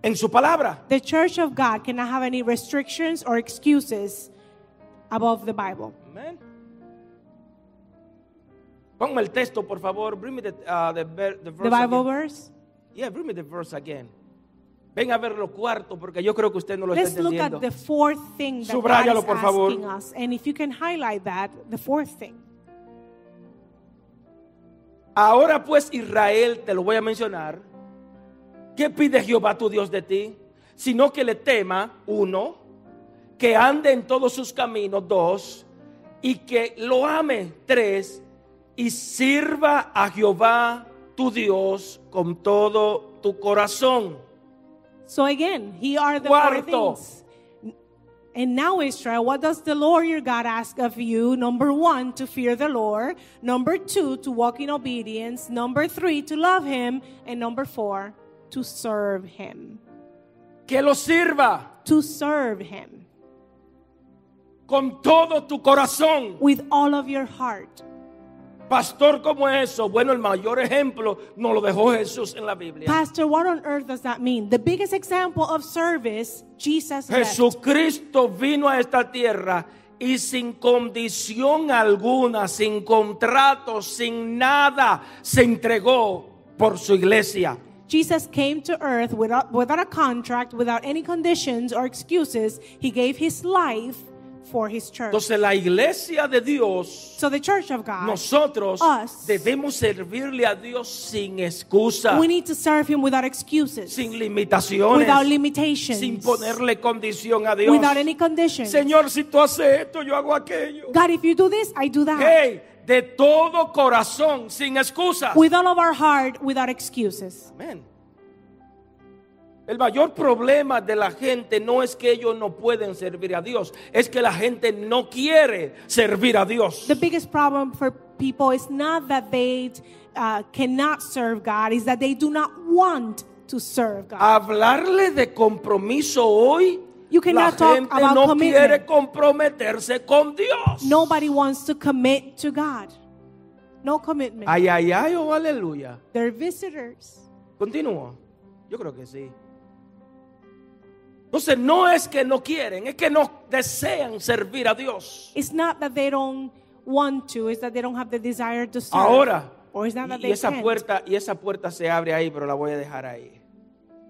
en su palabra.
The church of God cannot have any restrictions or excuses above the Bible.
Amén. Ponme el texto, por favor. Bring me the, uh, the ver- the verse
The Bible
again.
verse.
Yeah, bring me the verse again. Ven a ver lo cuarto porque yo creo que usted no lo
Let's
está
look
entendiendo.
at the fourth thing that God
Subráyalo,
is
por favor.
asking us. And if you can highlight that, the fourth thing.
Ahora pues Israel, te lo voy a mencionar. ¿Qué pide Jehová tu Dios de ti? Sino que le tema, uno, que ande en todos sus caminos, dos, y que lo ame, tres, y sirva a Jehová tu Dios con todo tu corazón.
So again, here are the four
Cuarto.
things. And now, Israel, what does the Lord your God ask of you? Number one, to fear the Lord. Number two, to walk in obedience. Number three, to love Him. And number four, to serve Him.
Que lo sirva
To serve Him
con todo tu corazón.
with all of your heart.
Pastor, como eso? Bueno, el mayor ejemplo nos lo dejó Jesús en la Biblia.
Pastor, what on earth does that mean? The biggest example of service, Jesus left.
Jesucristo vino a esta tierra y sin condición alguna, sin contrato, sin nada, se entregó por su iglesia.
Jesus came to earth without, without a contract, without any conditions or excuses. He gave his life for his church.
Entonces la iglesia de Dios,
so the church of God,
nosotros
Us.
debemos servirle a Dios sin excusa,
we need to serve him without excuses,
sin limitaciones,
without limitations,
sin ponerle condition a Dios.
without any conditions.
Señor, si tú haces esto, yo hago aquello.
God, if you do this, I do that.
Hey, de todo corazón, sin excusas.
With all of our heart, without excuses.
Amén. El mayor problema de la gente no es que ellos no pueden servir a Dios, es que la gente no quiere servir a Dios.
The biggest problem for people is not that they uh, cannot serve God, is that they do not want to serve God.
Uh, Hablarle de compromiso hoy,
You
la
cannot talk
gente
about
no
commitment.
quiere comprometerse con Dios.
Nobody wants to commit to God. No commitment.
Ay, ay, ay, oh, aleluya.
They're visitors.
Continúo. Yo creo que sí. Entonces no es que no quieren, es que no desean servir a Dios.
It's not that they don't want to, it's that they don't have the desire to serve.
Ahora.
or it's not that
Y, y
they
esa
can't.
puerta y esa puerta se abre ahí, pero la voy a dejar ahí.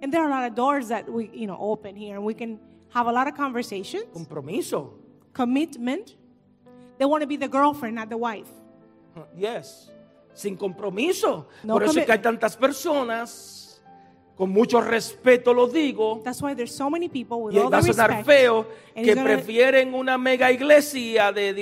And there are a lot of doors that we, you know, open here and we can have a lot of
Um.
conversations.
Compromiso.
Commitment. They want to be the girlfriend, not the wife.
Yes. Sin compromiso.
No
Por eso es
comi-
que hay tantas personas con mucho respeto lo digo.
That's why there's so many people with
Y
all
va
the
a sonar
respect.
feo
and
que
it's gonna-
prefieren una mega iglesia de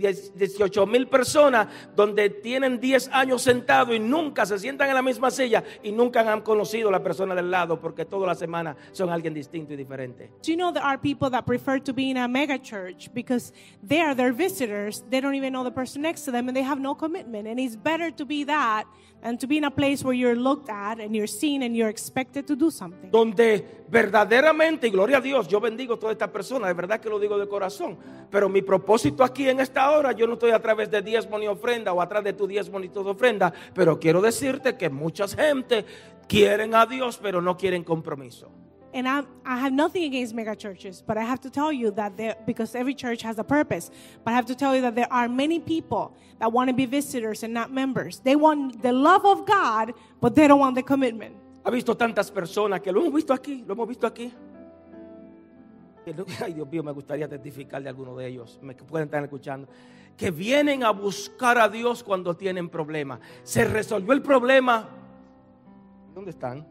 18 mil personas donde tienen 10 años sentados y nunca se sientan en la misma silla y nunca han conocido a la persona del lado porque toda la semana son alguien distinto y diferente.
Do you know there are people that prefer to be in a mega church because they are their visitors. They don't even know the person next to them and they have no commitment. And it's better to be that than to be in a place where you're looked at and you're seen and you're expected to do something.
donde verdaderamente, y gloria a Dios, yo bendigo a toda esta persona, de verdad que lo digo de corazón, pero mi propósito aquí en esta hora, yo no estoy a través de diezmo ni ofrenda o atrás de tu diezmo ni tu ofrenda, pero quiero decirte que muchas gente quieren a Dios, pero no quieren compromiso.
And I, I have nothing against mega churches, but I have to tell you that there, because every church has a purpose, but I have to tell you that there are many people that want to be visitors and not members. They want the love of God, but they don't want the commitment.
Ha visto tantas personas que lo hemos visto aquí, lo hemos visto aquí. Que no- Ay, Dios mío, me gustaría testificar de alguno de ellos, me que pueden estar escuchando, que vienen a buscar a Dios cuando tienen problemas. Se resolvió el problema. ¿Dónde están?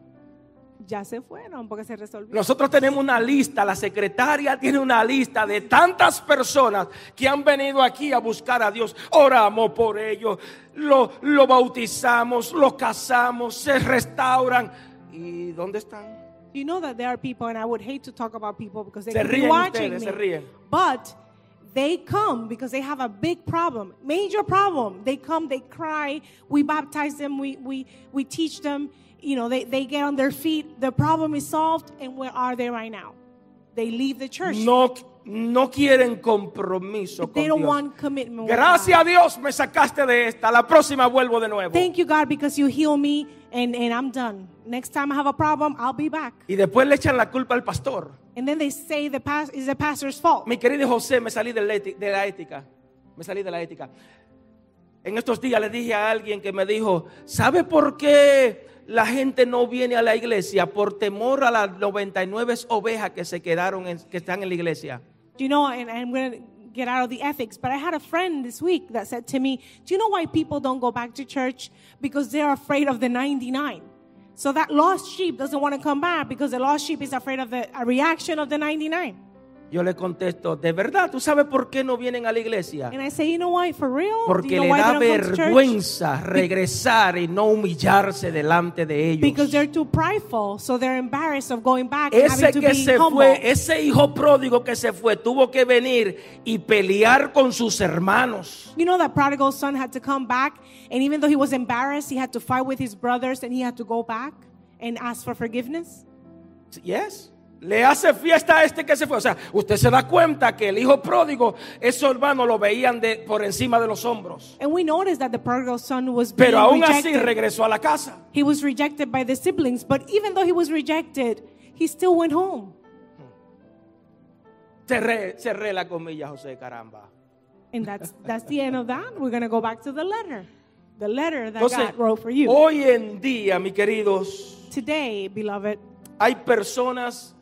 Ya se fueron porque se resolvió.
Nosotros tenemos una lista, la secretaria tiene una lista de tantas personas que han venido aquí a buscar a Dios. Oramos por ellos, lo, lo bautizamos, lo casamos, se restauran. ¿Y dónde están?
You know that there are people, and I would hate to talk about people because they
Se
could be
ríen
watching me.
ustedes, se ríen.
But they come because they have a big problem, major problem. They come, they cry. We baptize them. We we we teach them. You know, they they get on their feet. The problem is solved. And where are they right now? They leave the church.
No, no quieren compromiso
they
con
don't
Dios.
want commitment. with
Gracias
God.
a Dios me sacaste de esta. La próxima vuelvo de nuevo.
Thank you, God, because you heal me, and and I'm done. Next time I have a problem, I'll be back.
Y después le echan la culpa al pastor.
And then they say the past is the pastor's fault.
Mi querido José, me salí de la, eti- de la ética. Me salí de la ética. En estos días le dije a alguien que me dijo, ¿sabe por qué la gente no viene a la iglesia? Por temor a las 99 ovejas que se quedaron, en- que están en la iglesia.
Do you know, and I'm going to get out of the ethics, but I had a friend this week that said to me, Do you know why people don't go back to church? Because they're afraid of the 99. So that lost sheep doesn't want to come back because the lost sheep is afraid of the a reaction of the 99.
Yo le contesto, de verdad, ¿tú sabes por qué no vienen a la iglesia?
And I say, you know why, for real? Do
Porque
you know
le
why they
da
don't come to church?
vergüenza regresar y no humillarse delante de
Because
ellos.
they're too prideful, so they're embarrassed of going back and
Ese
having to
que
be
se
humble.
fue, ese hijo pródigo que se fue, tuvo que venir y pelear con sus hermanos.
You know that prodigal son had to come back, and even though he was embarrassed, he had to fight with his brothers, and he had to go back and ask for forgiveness.
Yes. Le hace fiesta a este que se fue. O sea, usted se da cuenta que el hijo pródigo, esos hermanos lo veían de, por encima de los hombros.
And we noticed that the prodigal son was being
Pero aún así
rejected.
regresó a la casa.
he was rejected by the siblings, but even though he was rejected, he still went home.
Cerré, cerré la comilla, José, caramba.
And that's that's the end of that. We're gonna go back to the letter, the letter that
Entonces,
God wrote for you
hoy en día, mis queridos,
today, beloved.
hay personas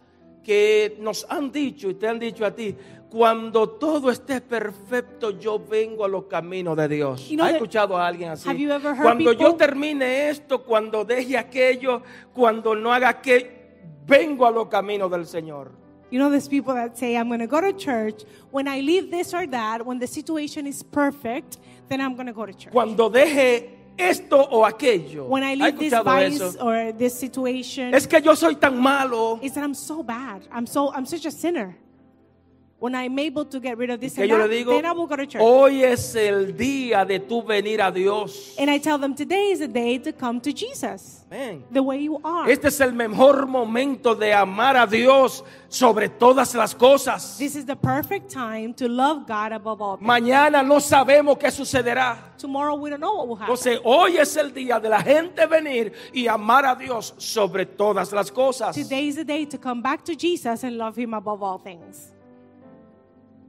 que nos han dicho y te han dicho a ti, cuando todo esté perfecto, yo vengo a los caminos de Dios.
You know
¿Ha
that-
escuchado a alguien así?
Have you ever heard
cuando yo
people-
termine esto, cuando deje aquello, cuando no haga que vengo a los caminos del Señor.
You know, there's people that say, I'm going to go to church. When I leave this or that, when the situation is perfect, then I'm going to go to church.
Cuando deje esto o aquello.
When I
¿Ha
leave this
escuchado
vice
eso?
or this situation,
Es que yo soy tan malo.
it's that I'm so bad. I'm so I'm such a sinner. When I'm able to get rid of this
Que
and
yo le
that,
digo, "Oh,
then I will go to church.
hoy es el día de tu venir a Dios.
And I tell them, today is the day to come to Jesus
Amén.
the way you are.
Este es el mejor momento de amar a Dios sobre todas las cosas.
This is the perfect time to love God above all. things.
Mañana no sabemos qué sucederá.
Tomorrow we don't know what will happen.
Entonces, hoy es el día de la gente venir y amar a Dios sobre todas las cosas.
Today is the day to come back to Jesus and love Him above all things.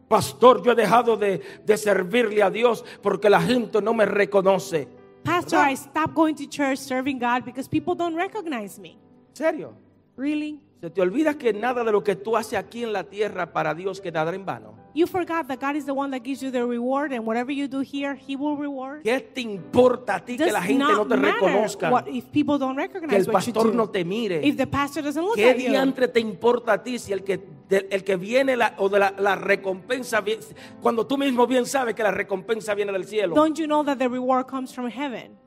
Pastor, yo he dejado de, de servirle a Dios porque la gente no me reconoce.
Pastor, I stopped going to church serving God because people don't recognize me.
¿En serio?
Really?
¿Se te olvida que nada de lo que tú haces aquí en la tierra para Dios quedará en vano?
You forgot that God is the one that gives you the reward, and whatever you do here, He will reward.
¿Qué te importa a ti que
Does
la gente no
not
te
matter
reconozca?
what, if people don't
Que el
recognize what you
pastor
do.
no te mire.
If the pastor doesn't look
¿Qué
at you,
diantre te importa a ti si el que, de- el que viene la, o de la, la recompensa, vi- cuando tú mismo bien sabes que la recompensa viene del cielo?
don't you know that the reward comes from heaven?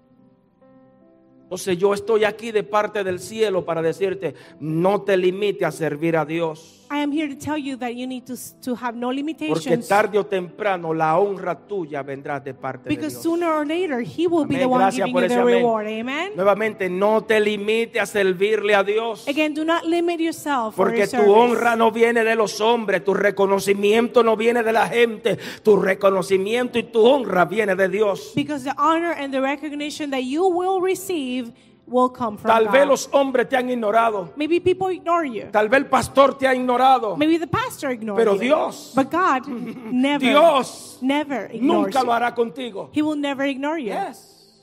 Entonces yo estoy aquí de parte del cielo para decirte, no te limite a servir a Dios,
I am here to tell you that you need to, to have no
porque
limitations
tarde o temprano la honra tuya vendrá de parte de
because
Dios.
sooner or later He will be
Amén.
the one
Gracias
giving
por
you
ese
the
amén.
reward. Amen.
Nuevamente, no te limite a servirle a Dios.
Again, do not limit yourself for
Porque
your
tu
service.
honra no viene de los hombres, tu reconocimiento no viene de la gente, tu reconocimiento y tu honra viene de Dios.
Because the honor and the recognition that you will receive will come from
Tal
God.
vez los hombres te han ignorado,
Maybe people ignore you.
tal vez el pastor te ha ignorado,
Maybe the pastor ignores
Pero
you.
Dios-
but God never,
Dios
never ignores
nunca
you.
lo hará contigo.
He will never ignore you.
Yes.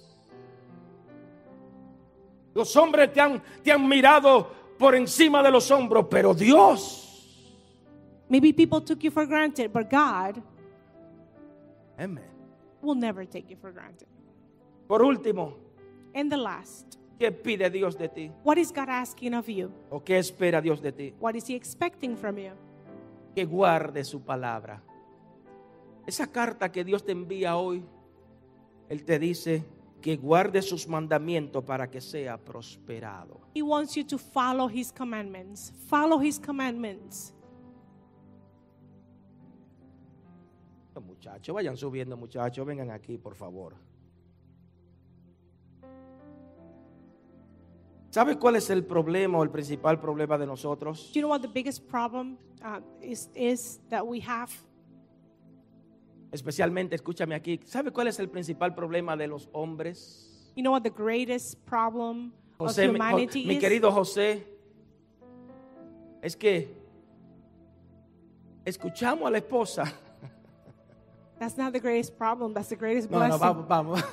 Los hombres te han, te han mirado por encima de los hombros, pero Dios,
Maybe people took you for granted, but God
Amén.
will never take you for granted.
por último,
And the last,
¿qué pide Dios de ti?
what is God asking of you?
¿O qué espera Dios de ti?
What is He expecting from you?
que guarde su palabra. Esa carta que Dios te envía hoy, Él te dice que guarde sus mandamientos para que sea prosperado.
He wants you to follow His commandments. Follow His commandments.
Los Muchachos, vayan subiendo muchachos, vengan aquí por favor. ¿Sabes cuál es el problema o el principal problema de nosotros?
Do you know what the biggest problem uh, is, is that we have?
Especialmente, escúchame aquí, ¿sabes cuál es el principal problema de los hombres?
You know what the greatest problem
José,
of
mi, jo-
humanity
mi
is?
querido José, es que escuchamos a la esposa.
That's not the greatest problem. That's the greatest
No,
blessing.
no, vamos, vamos.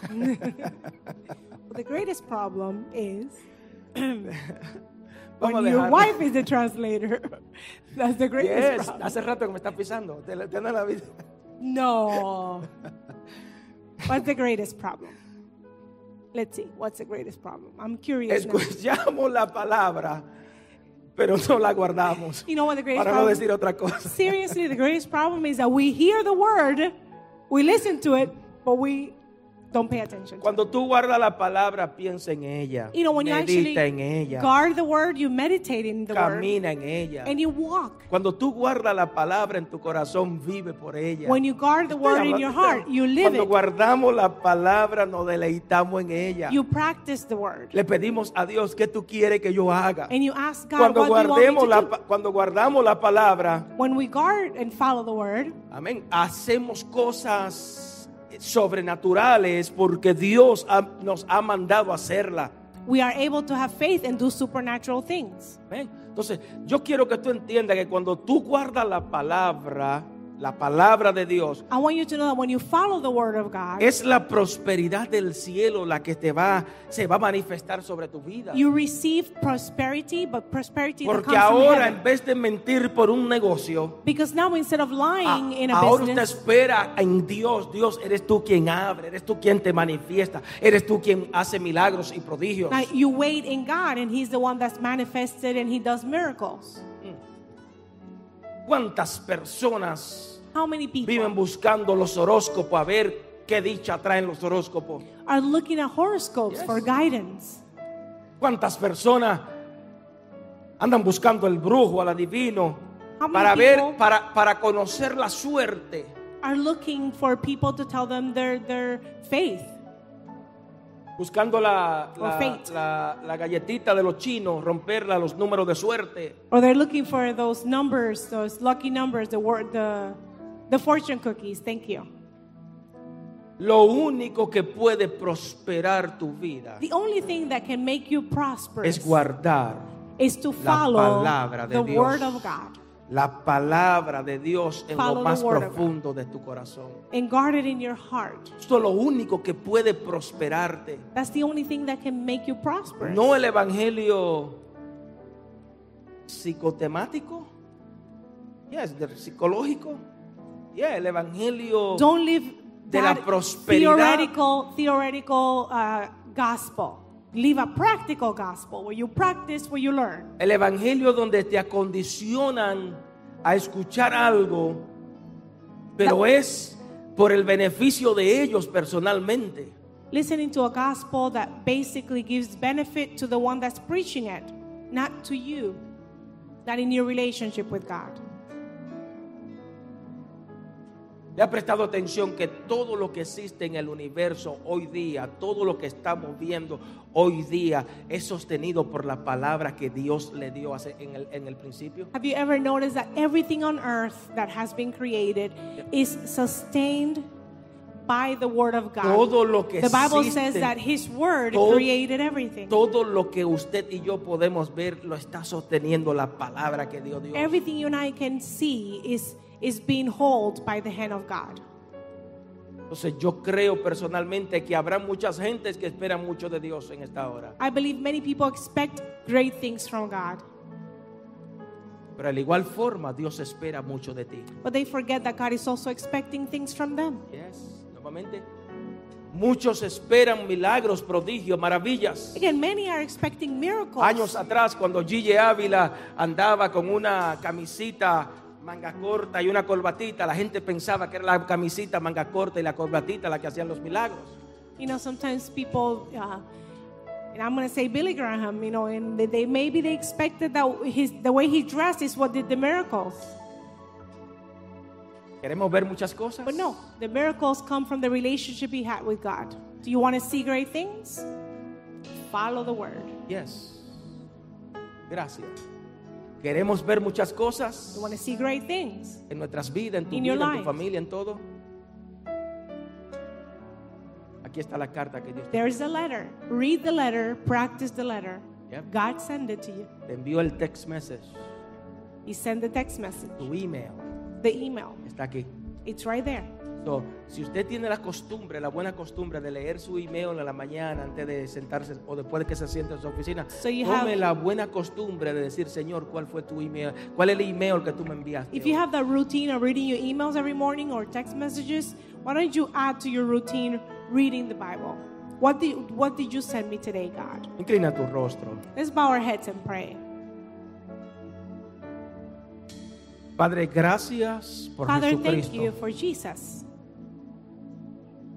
The greatest problem is
Vamos a
when your
dejarlo.
wife is the translator. That's the greatest
Yes,
problem.
hace rato que me está pisando. Te, te ando la vida.
No. What's the greatest problem? Let's see. What's the greatest problem? I'm curious. now.
Escuchamos la palabra, pero no la guardamos.
You know what the greatest
Para no
problem-
decir otra cosa.
Seriously, the greatest problem is that we hear the word, we listen to it, but we don't pay attention. to it.
Cuando tú guardas la palabra, piensa en ella.
You know, when you actually
medita en ella.
guard the word, you meditate in the word,
Camina en ella.
and you walk.
Cuando tú guardas la palabra en tu corazón, vive por ella.
When you guard the
Estoy
word in
hablando-
your heart, you live
Cuando
it.
guardamos la palabra, nos deleitamos en ella.
You practice the word,
Le pedimos a Dios qué tú quieres que yo haga.
and you ask God, "What
Cuando
do you want me
guardemos
to
la
do?"
pa- cuando guardamos la palabra,
When we guard and follow the word,
amén, hacemos cosas sobrenaturales porque Dios ha- nos ha mandado a hacerla.
we are able to have faith and do supernatural things.
Amén. Entonces, yo quiero que tú entiendas que cuando tú guardas la palabra, la palabra de Dios,
I want you to know that when you follow the word of God,
es la prosperidad del cielo la que te va se va a manifestar sobre tu vida.
you receive prosperity, but prosperity that
Porque
comes from
ahora
heaven.
en vez de mentir por un negocio,
Because now instead of lying in a
Ah, ahora usted
business,
espera en Dios. Dios eres tú quien abre, eres tú quien te manifiesta, eres tú quien hace milagros y prodigios.
now you wait in God and He's the one that's manifested and He does miracles.
¿Cuántas personas
How many
viven
people
buscando los horóscopos a ver qué dicha traen los horóscopos?
are looking at horoscopes for guidance?
¿Cuántas personas andan buscando el brujo, al adivino,
How many
para ver,
people-
para, para conocer la suerte?
Are looking for people to tell them their their faith?
Buscando la,
Or
la-
fate.
la- la galletita de los chinos, romperla, los números de suerte.
Or they're looking for those numbers, those lucky numbers, the word, the the fortune cookies. Thank you.
Lo único que puede prosperar tu vida
The only thing that can make you prosperous
es guardar
is to follow
palabra de
the
Dios.
word of God
la palabra de Dios en
Follow
lo
the
más
word of God.
profundo de tu corazón.
and guard it in your heart.
Esto es lo único que puede prosperarte.
That's the only thing that can make you prosperous.
No el evangelio psicotemático. Yes, del psicológico. Yeah, el evangelio
Don't live
de la
that
prosperidad.
theoretical theoretical uh, gospel. Live a practical gospel where you practice where you learn.
El evangelio donde te acondicionan a escuchar algo, pero es por el beneficio de ellos personalmente.
Listening to a gospel that basically gives benefit to the one that's preaching it, not to you. Not in your relationship with God.
Le ha prestado atención que todo lo que existe en el universo hoy día, todo lo que estamos viendo hoy día, es sostenido por la palabra que Dios le dio hace- en el, en el principio.
Have you ever noticed that everything on earth that has been created is sustained by the word of God?
Todo lo que
the Bible
existe,
says that his word
todo-
created everything.
Todo lo que usted y yo podemos ver lo está sosteniendo la palabra que dio Dios.
Everything you and I can see is is being held by the hand of God.
Entonces yo creo personalmente que habrá muchas gentes que esperan mucho de Dios en esta hora.
I believe many people expect great things from God,
Pero al igual forma Dios espera mucho de ti.
but they forget that God is also expecting things from them.
Yes, nuevamente. Muchos esperan milagros, prodigios, maravillas.
Again, many are expecting miracles.
Años atrás, cuando Gille Ávila andaba con una camisita manga corta y una corbatita, la gente pensaba que era la camisita manga corta y la corbatita la que hacían los milagros.
You know, sometimes people, uh, and I'm going to say Billy Graham, you know, and they, they maybe they expected that his the way he dressed is what did the miracles.
Queremos ver muchas cosas.
But Pues no, the miracles come from the relationship he had with God. Do you want to see great things? Follow the word.
Yes. Gracias. Queremos ver muchas cosas
You want to see great things.
en nuestras vidas, en tu
In
vida,
your
en tu
life.
familia, en todo. Aquí está la carta que Dios te
There's a letter. Read the letter, practice the letter.
Yep.
God sent it to you.
te envió el text message,
He sent the text message,
tu email,
the email.
está aquí.
It's right there.
So, si usted tiene la costumbre, la buena costumbre de leer su email en la mañana antes de sentarse o después de que se siente en su oficina,
So you
tome
have-
la buena costumbre de decir, Señor, ¿cuál fue tu email? ¿Cuál es el email que tú me enviaste?
If you
hoy?"
have that routine of reading your emails every morning or text messages, why don't you add to your routine reading the Bible? What did, what did you send me today, God?
Inclina tu rostro.
Let's bow our heads and pray.
Padre, gracias por
Father, thank you
Jesucristo.
for Jesus.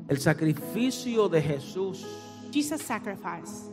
El sacrificio de Jesús,
Jesus' sacrifice.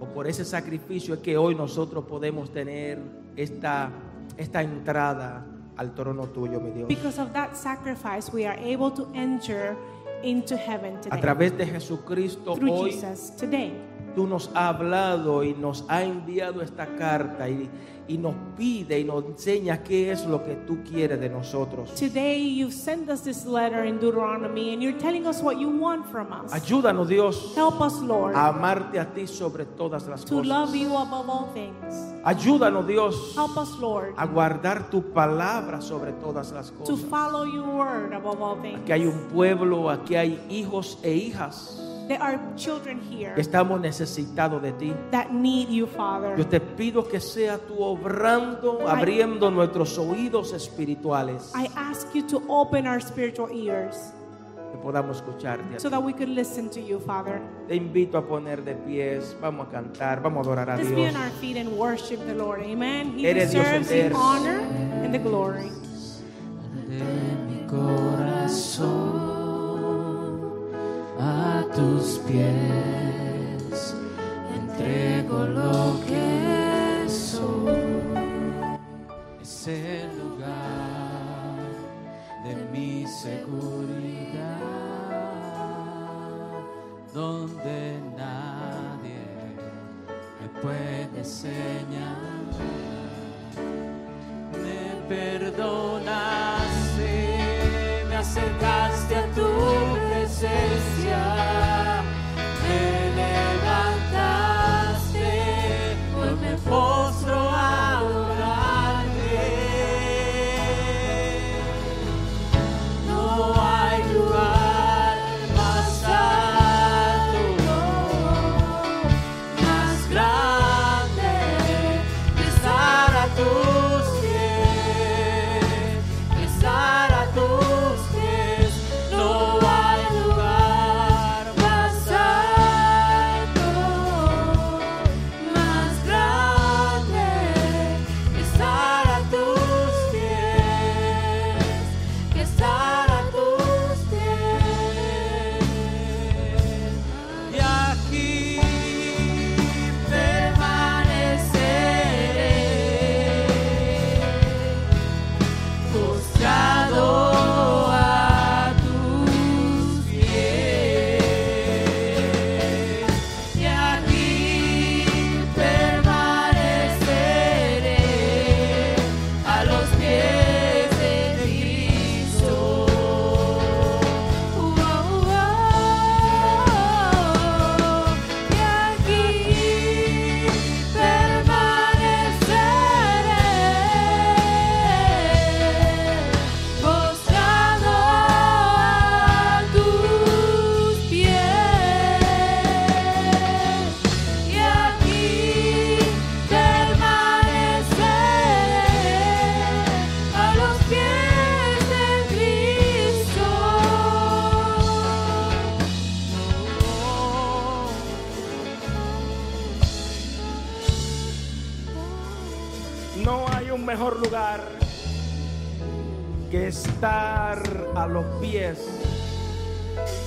o por ese sacrificio es que hoy nosotros podemos tener esta, esta entrada al trono tuyo, mi Dios.
Because of that sacrifice, we are able to enter into heaven
A
today.
través de Jesucristo
Through
hoy
Jesus today.
tú nos has hablado y nos has enviado esta carta y, y nos pide y nos enseña qué es lo que tú quieres de nosotros.
Today, you send us this letter in Deuteronomy and you're telling us what you want from us.
Ayúdanos, Dios,
Help us, Lord,
a amarte a ti sobre todas las
to love you
cosas.
above all things.
Ayúdanos, Dios,
Help us, Lord,
a guardar tu palabra sobre todas las
to
cosas.
follow your word above all things.
Aquí hay un pueblo, aquí hay hijos e hijas
There are children
que
here
estamos necesitados de ti.
that need you,
Yo
Father.
te pido que sea tú obrando, abriendo nuestros oídos espirituales,
I ask you to open our spiritual ears
que podamos escucharte. a
so
ti.
that we could listen to you, Father.
Te invito a poner de pies, vamos a cantar, vamos a adorar a
Let's be on
Dios.
our feet and worship the Lord. Amen. He
Eres Dios
deserves the
eterno.
honor and the glory.
de mi corazón a tus pies entrego lo que soy es el lugar de mi seguridad donde nadie me puede señalar me perdonaste, me acercaste a tu presencia, me levantaste, hoy me postro a adorarte. No hay lugar más alto, más grande que estar a tus pies, que estar a tus pies. No hay lugar más alto, más grande que estar a tus pies que estar a tus pies y aquí permaneceré postrado a tus pies y aquí permaneceré a los pies de Cristo. Y aquí permaneceré postrado a tus pies. Y aquí permaneceré a los pies de Cristo.
No hay un mejor lugar que estar a los pies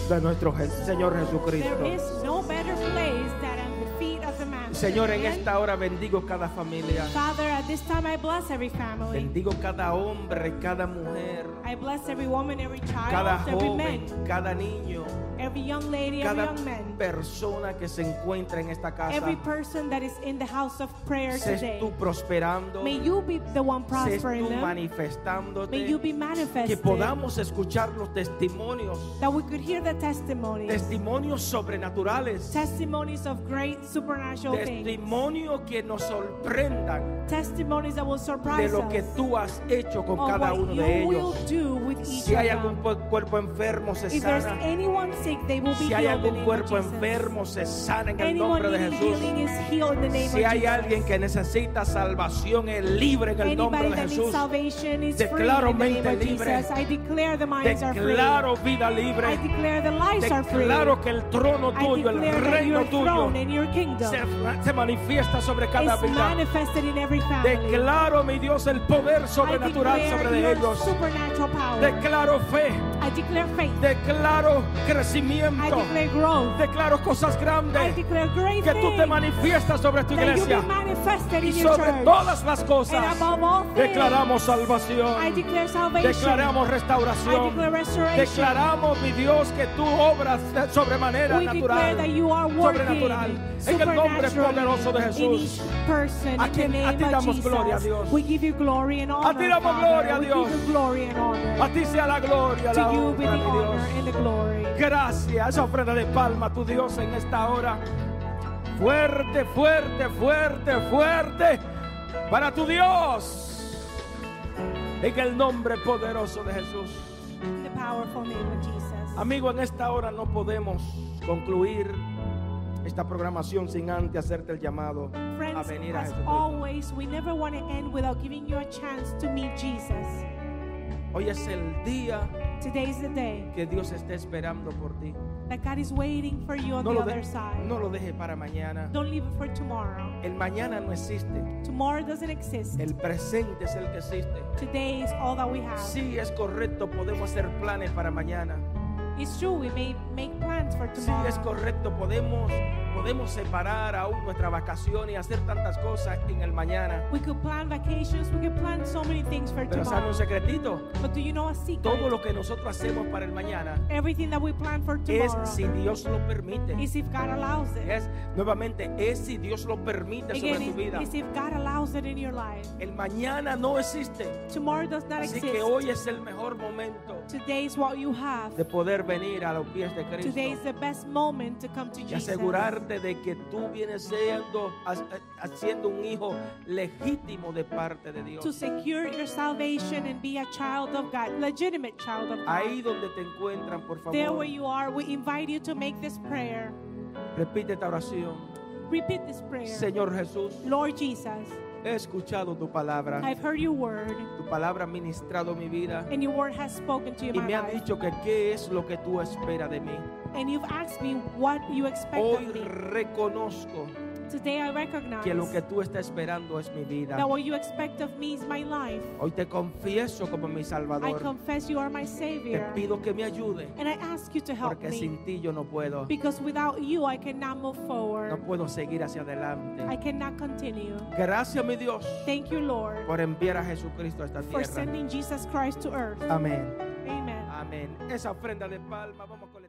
de nuestro Je- Señor
There is
Jesucristo.
no better place than at the feet of the Master.
Señor, en
Amen.
esta hora bendigo cada familia,
Father, at this time I bless every family.
bendigo cada hombre, cada mujer,
I bless every woman, every child,
cada
every
joven,
man,
cada niño,
every young lady, every
cada
young man,
persona que se encuentra en esta casa.
every person that is in the house of prayer
Sé
today.
tú prosperando,
May you be the one
sé
prospering
tú
them. May you
manifestándote,
be
que
manifested.
podamos escuchar los testimonios,
That we could hear the testimonies.
testimonios sobrenaturales.
Testimonies of great supernatural things.
testimonio que nos sorprendan
Testimonies that will
de
surprise
lo que
us.
tú has hecho con
of
cada
Oh, what
uno
you
de
will
ellos.
do with each
Si hay
of them.
algún pu- cuerpo enfermo, se
If there's
sana.
anyone sick, they will be
Si hay
healed in
algún
the name of
cuerpo
Jesus.
enfermo, se sana en el
Anyone
nombre de
needing
Jesús.
healing is healed in the name
Si
of
hay
Jesus.
alguien que necesita salvación, es libre en el nombre
Anybody
de
that
Jesús.
needs salvation is
Declaro
free in the name
mente
of
libre.
Jesus. I declare the minds are free.
Declaro vida
I
libre.
declare the lives are free.
Declaro que el trono
I
tuyo, el
declare that your
reino tuyo,
throne and your kingdom
se, se manifiesta sobre cada
is
vida.
manifested in every family.
Declaro, mi Dios, el poder
I
sobrenatural
declare
sobre
your
ellos.
supernatural power.
Declaro fe.
I declare faith.
Declaro
I
crecimiento.
declare growth.
Declaro cosas
I
grandes.
declare great
Que tú te
things
manifiestas sobre tu
that you be
iglesia.
manifested
Y
in your
sobre
church.
todas las cosas.
And above all things,
Declaramos
I
salvación.
declare salvation.
Declaramos
I declare
restauración.
restoration.
Declaramos, mi Dios, que tú obras de sobremanera
we declare
natural.
that you are working
Sobrenatural. En el E nombre
supernaturally
poderoso de
in
Jesús.
each person
A
in
quien-
the
a
name
ti
of
damos
Jesus.
gloria, Dios.
We give you glory and honor.
ti damos
Father.
gloria,
we
Dios.
give you glory and honor.
A ti sea la gloria,
to
la
you be the
honra, mi
honor
Dios.
and the glory.
Gracias, esa ofrenda de palma, tu Dios, en esta hora. Fuerte, fuerte, fuerte, fuerte. Para tu Dios. En el nombre poderoso de Jesús.
In the powerful name of Jesus.
Amigo, en esta hora no podemos concluir esta programación sin antes hacerte el llamado a
Friends,
venir a
as
Jesús.
always, we never want to end without giving you a chance to meet Jesus.
Hoy es el día
Today is the day
que Dios está esperando por ti.
that God is waiting for you on
No
the
lo,
other
de-
side.
no lo dejes para mañana.
Don't leave it for tomorrow.
El mañana no existe.
Tomorrow doesn't exist.
El presente es el que existe.
Today is all that we have.
Sí es correcto, podemos hacer planes para mañana.
It's true, we may make plans for
Sí
tomorrow.
es correcto, podemos podemos separar aún nuestra vacación y hacer tantas cosas en el mañana.
We could plan vacations, we could plan so many things for
Pero sabe
tomorrow.
un secretito,
But do you know a secret?
todo lo que nosotros hacemos para el mañana
Everything that we plan for
es
tomorrow
si Dios lo permite.
is if God allows it.
Es nuevamente es si Dios lo permite sobre
Again,
tu vida.
it's, it's if God allows it in your life.
El mañana no existe.
Tomorrow does not
Así
exist.
que hoy es el mejor momento
Today is what you have.
de poder venir a los pies de Cristo.
Today is the best moment to come to
y
Jesus.
asegurarte de que tú vienes siendo ha- haciendo un hijo legítimo de parte de
To
Dios.
secure your salvation and be a child of God, legitimate child of God.
Ahí donde te encuentran, por
there where
favor,
you are, we invite you to make this prayer.
repite esta oración.
Repeat this prayer.
Señor Jesús,
Lord Jesus,
he escuchado tu palabra.
I've heard your word,
Tu palabra ha ministrado mi vida
and your word has spoken to you
y
my
me ha
life.
dicho que qué es lo que tú esperas de mí.
And you've asked me what you expect
Hoy
of me.
reconozco
Today I recognize
que lo que tú estás esperando es mi vida.
that what you expect of me is my life.
Hoy te confieso como mi
I
Salvador.
confess you are my
Te
Savior.
pido que me ayude
And I ask you to help
porque
me.
sin ti yo no puedo.
Because without you, I cannot move
No
forward.
puedo seguir hacia adelante.
I cannot continue.
Gracias, mi Dios,
Thank you, Lord,
por enviar a Jesucristo a esta
for
tierra. Ah.
sending Jesus Christ to earth.
Amén.
Amen.
Amén. Esa ofrenda de palma, vamos con